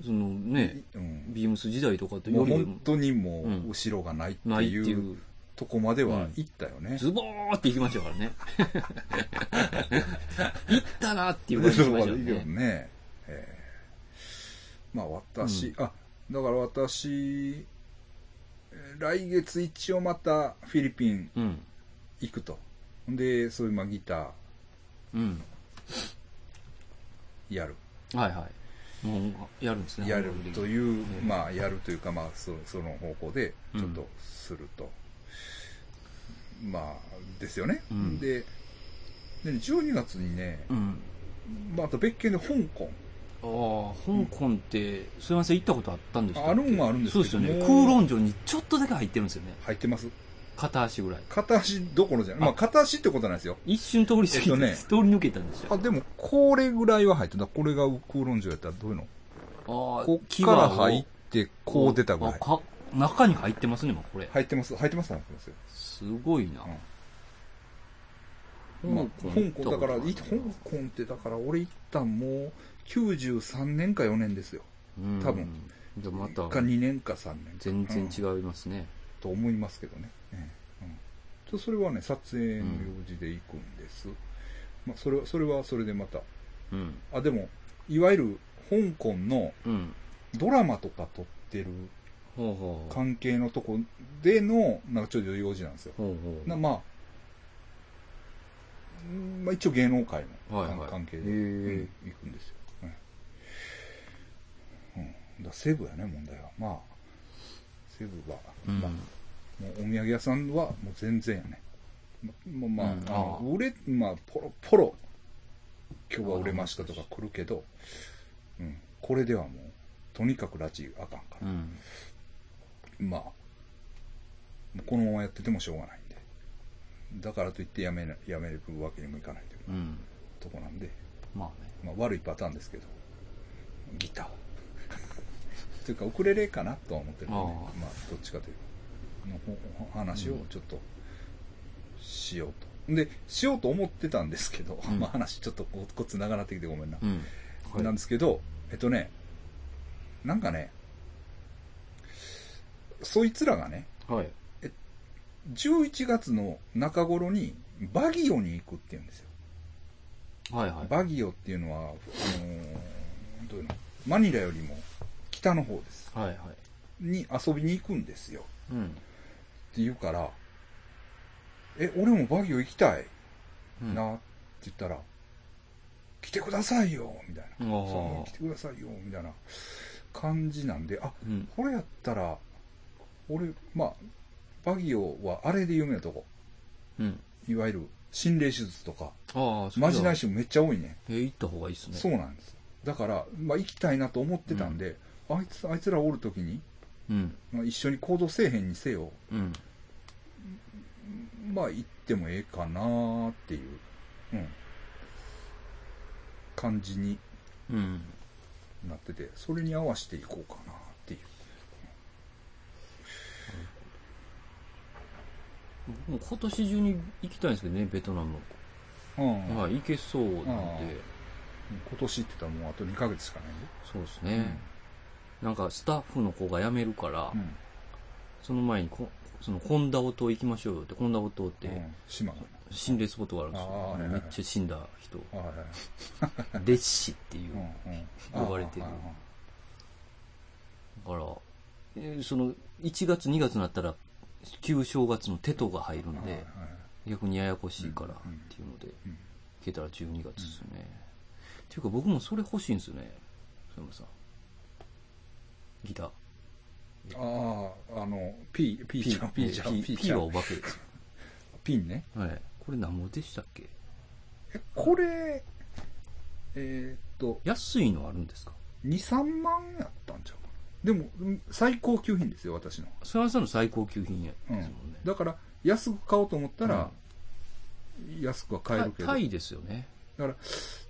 そのね、うん。ビームス時代とかともようり本も当にもうんう後ろがないってないっていいうう、とこまでは行ったよね。ズボーって行きましたからね。 行ったなっていう感じしましたよいいよ ね。ね。ええまあ私、あ、だから私、えー来月一応またフィリピンうん。行くと。ほんで、そういうまあギタうん。ーやる。はいはい。もう、やるんですね。やるとう。いうう、んまあ、やるというか、まあ、そその方向で、うんちょっとすると。まあ、ですよね。うんで、で、12月にね、うん。まあ、あと別件で香港。ああ、香港って、すいません、行ったことあったんですああるんはあるんですそうけでどすよね。もう空論城にちょっとだけ入ってるんですよね。入ってます。片足ぐらい。片足どころじゃない。まあ、あ片足ってことはないですよ。一瞬通り過えぎて、っとね通り抜けたんですよ。あ、でも、これぐらいは入ってた。これが空論城やったらどういうのああこっから入って、こう出たぐらいあ。か中に入ってますね、もうこれ。入ってます。入ってます。入ってますよ。すごいな。まあ、香港だから、行いった香こと港ないってだから俺行ったんもう93年か4年ですよ。うん多分。じゃあまた、か2年か3年。全然うん。違いますね。と思いますけどね。ええうん、それはね、撮影の用事で行くんです。まあ、それは、それはそれでまた。うん。あ、でも、いわゆる香港のうん。ドラマとか撮ってるほうほう。関係のとこでの、なんかちょっと用事なんですよ。ほうほう。なまあ、うんまあ一応芸能界の、はいはい関係で、へえうん行くんですよ。うんうん、だセブやね、問題は。まあ、セブは、うんまあ、もうお土産屋さんはもう全然やね。ままあ、うんまあああ売れ、まあ、ポロポロ、今日は売れましたとか来るけど、うん、これではもう、とにかく拉致あかんからう。ん。まあ、もうこのままやっててもしょうがないんで。だからといってやめな、やめるわけにもいかないといううん。とこなんで、まあね。まあ悪いパターンですけど、ギター。 というか、ウクレレかなとは思ってるんで、ねあ、あまあ、どっちかというのほほ話をちょっとしようと。で、しようと思ってたんですけど、うんまあ話ちょっとこうこつながらってきてごめんな。うん。はいなんですけど、えっとね、なんかね、そいつらがね、はい。 11月の中頃にバギオに行くって言うんですよ。はいはい。バギオっていうのは、あのーどういうのマニラよりも北の方です。はいはい。に遊びに行くんですよ。うん。って言うから、え、俺もバギオ行きたいうん。なって言ったら、来てくださいよみたいな。あーそう来てくださいよみたいな感じなんで、あ、うん。これやったら、俺、まあ、バギオはあれで有名なとこ。うん。いわゆる心霊手術とか、ああ、それまはじない師もめっちゃ多いね。え、行った方がいいっすね。そうなんです。だから、まあ、行きたいなと思ってたんで、あいつ、あいつらおるときに、うん。まあ、一緒に行動せえへんにせよ、うん。まあ、行ってもええかなーっていう、うん、感じにうん。なってて、それに合わせていこうかなっていう。僕も今年中に行きたいんですけどね、ベトナム。うん。はい、行けそうなんあで、今年って言ったらもうあと2ヶ月しかないそうですね。なんかスタッフの子が辞めるから、んで。うん。その前にこ、その、ホンダオ島行きましょうよって、ホンダオ島って、うん、島が。心霊スポットがあるんですよ。あーはいはいめっちゃ死んだ人。 はいはい。烈士っていうう。だんうん。呼ばれてるああああから、えーその、1月2月になったら、旧正月のテトが入るんああはいでは、逆にややこしいからっうんうんていうので、いうん行けたら12月ですよね。っていうか僕もそれ欲しいんですよね。そ山さん。ギター。ああ、あの、ピー、ピーちゃん、ピーちゃん、ピピーーちゃはんお。化けですよ。ピンね。はい。これ何もでしたっけえ、これ、えーっと、安いのあるんですか2、3万やったんちゃうかな。でも、うん最高級品ですよ、私の。それはその最高級品やでうすもんんね。。だから、安く買おうと思ったら、安くは買えるけど。タタイですよね。だから、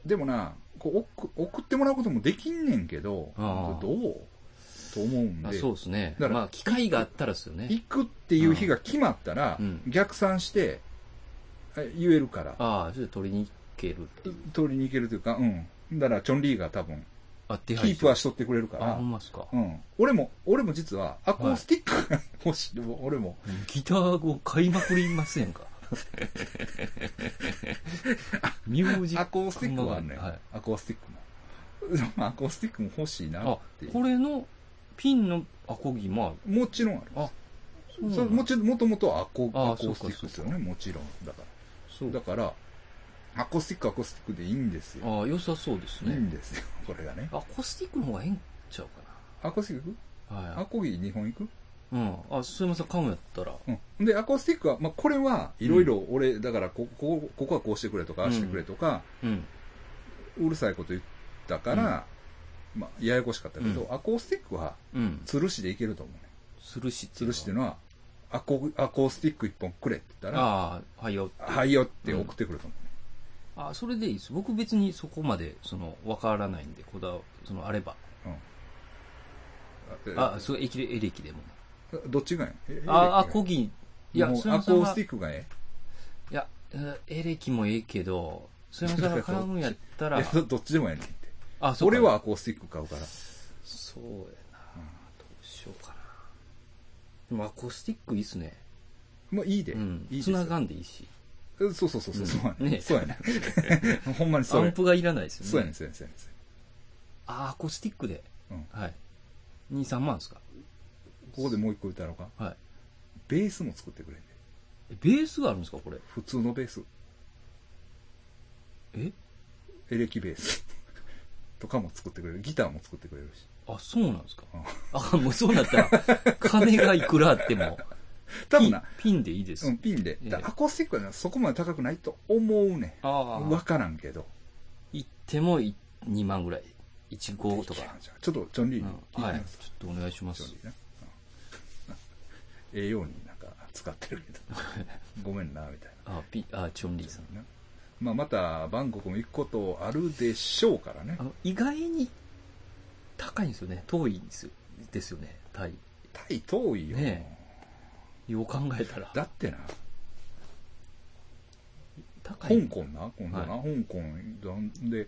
でもな、こう送送ってもらうこともできんねんけど、ああどうと思うんあで。そうですね。だからまあ、機会があったらですよね。行くっていう日が決まったら、うん逆算して、え言えるから、ああ、それで取りに行けるっていう。取りに行けるというか、うん。だから、チョンリーが多分、あ、手キ配ープはしとってくれるかあ、らほ、んまっすかう。ん。俺も、俺も実は、アコースティックが 欲しい。俺も、ギターを買いまくりませんか ミュージックアコースティックはあるのよはい。アコースティックも。 まあアコースティックも欲しいなあってい、う。これのピンのアコギ、まもちろんある。あ、そうそれもちもともとはアコあーアコースティックですよね、もちろん。だかそら、だうから、アコースティックアコースティックでいいんですよ。ああ良さそうですいいね、んですよ、 これがね。アコースティックの方がええんちゃうかアコースティックなはいアコギ日本行くうん。あ、すいません、買うんやったら。うん。で、アコースティックは、まあ、これはいろいろ俺、だからこ、ここ、ここはこうしてくれとか、ああしてくれとか、うん。うるさいこと言ったから、まあ、ややこしかったけど、アコースティックは、うん。吊るしでいけると思うね。するし吊るしっていうののは、アコ、アコースティック一本くれって言ったら、ああ、はいよって。はいよって送ってくると思う。あそれでいいです。僕別にそこまで、その、わからないんで、こだわ、その、あれば。うんあ、そう、エキレエレキでも。どっちがええあ、あ、エレキがコギ、いいや、や、もうすいアませコんースがテいィックがえや、うんエレキもええけど、すい ませんが買うんやったえ。いらや、、どどっちでもええねんって。あ、そうか俺はアコースティック買うから。そうやな。どうしようかな。でもアコースティックいいっすね。まあいいで。うん。いいです繋よ。がんでいいし。うんそうそうそうそう。そうやうんねね。そうやね。 ほんまにアそうやンね。プがいらないですよね。そうやねん、そうやねん、そうやねん。あ、アコースティックで。うんはい。2、3万ですかここでもう一個歌ろうか。はい。ベースも作ってくれんで。えベースがあるんですかこれ。普通のベース。えエレキベース。 とかも作ってくれる。ギターも作ってくれるし。あ、そうなんですかあ、もうそうなったら、 金がいくらあっても、多ピ分ンな、ピンでいいです。うん、ピンで。ええだからアコースティックはねそこまで高くないと思うねああん。わからんけど。行ってもい2万ぐらい。1、5とか。ちょっと、ジョン・リーうにん聞いてみはい。まちすょっとお願いしまジョすン。リーな。うん栄養になんか使ってる けど。ごめんな、みたいあ、ピ、あ、チョンリーさん。な。なまあ、また、バンコクも行くことあるでしょうからねあ。の、意外に高いんですよね。遠いんですよ。ですよね。タイ。タイ遠いよ。ねよう考えたら。だってな、高い。香港な、今度な、は香港なんで、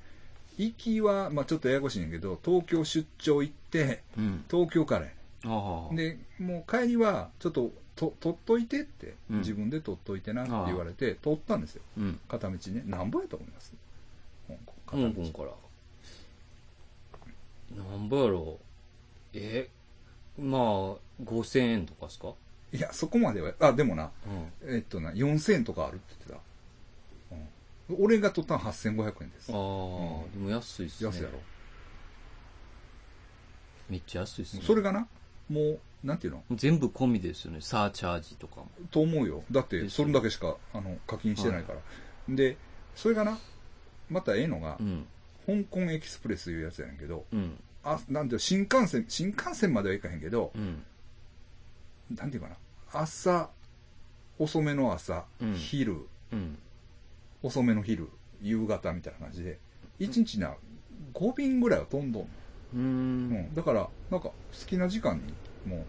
行きは、まあちょっとややこしいねんけど、東京出張行って、うん。東京からやねああ。で、もう帰りは、ちょっと、と、取っといてって、うん自分で取っといてなって言われて、取ったんですよ。うん。片道ね。何ぼやと思います香港。香片道。港から。なんぼやろう。え、まあ、5000円とかですかいや、そこまでは、あ、でもな、うん。えっとな、4000円とかあるって言ってた。うん、俺が取ったの8500円です。ああ、うんでも安いっすね。安いやろ。めっちゃ安いっすね。それがな、もう、なんていうの全部込みですよね。サーチャージとかも。と思うよ。だっでて、すそよれだけしか、あの、課金してないから。で、それがな、またええのがう、ん。香港エキスプレスいうやつやねんけど、うん。あ、なんていうの新幹線、新幹線まではいかへんけど、うん。なんていうかな、朝、遅めの朝、うん昼、うん。遅めの昼、夕方みたいな感じで、1日な、5便ぐらいは飛んどんの。うー。うんん。だから、なんか、好きな時間に、もう、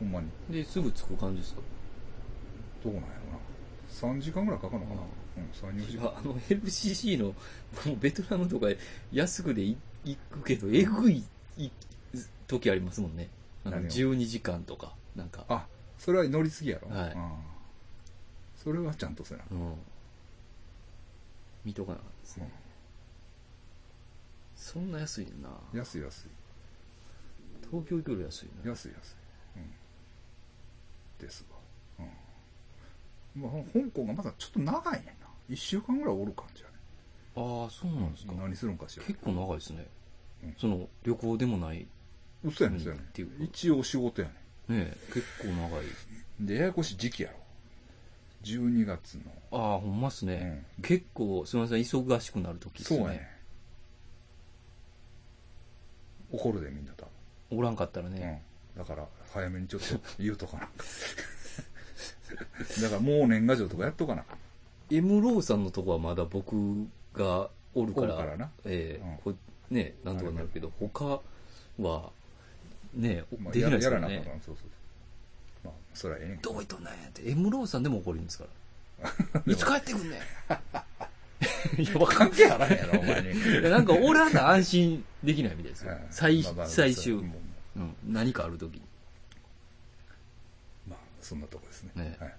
ほんまに、で、すぐ着く感じですかどうなんやろな。3時間ぐらいかかるのかな。うん、3、4い時や間。あの LCC の、もうベトナムとか安くでい行くけど、えぐいい時ありますもんね。あの何を12時間とか、なんか。あ、それは乗り継ぎやろ。はいうんそれはちゃんとせな。うん。見とかなかったですね。そんな安いねんな。安い安い。東京行くより安いな。安い安い。うん。ですわ。うん。まあ、香港がまだちょっと長いねんな。1週間ぐらいおる感じやね。ああ、そうなんですか。何するんかしら。結構長いですねうん。その、旅行でもない。嘘やねん、嘘やねっていうかん。一応仕事やねねえ結構長い。ん。で、ややこしい時期やろ。12月の。ああ、ほんまっすね。結構、すみません、忙しくなる時っすそうね。やねん。怒るで、みんな多おらんかったら分。ね。うん。だから、早めにちょっと言うとかな。だからもう年賀状とかやっとかな。エムローさんのとこはまだ僕がおるから、おるからなええうこねえなんとかなるけど、他は、ねえ、まあできないですやかららなあかね。んそうそう。まあ、そりゃええねんけどどこ行っとんねんって、エムローさんでも怒るんで すから。いつ帰ってくんねんいや、わかん関係あらへんやろ、お前に。 いやなんか、おらな安心できないみたいですよ。最まあまあ最終、そうもううん、何かある時に。まあ、そんなとこですね。ねはい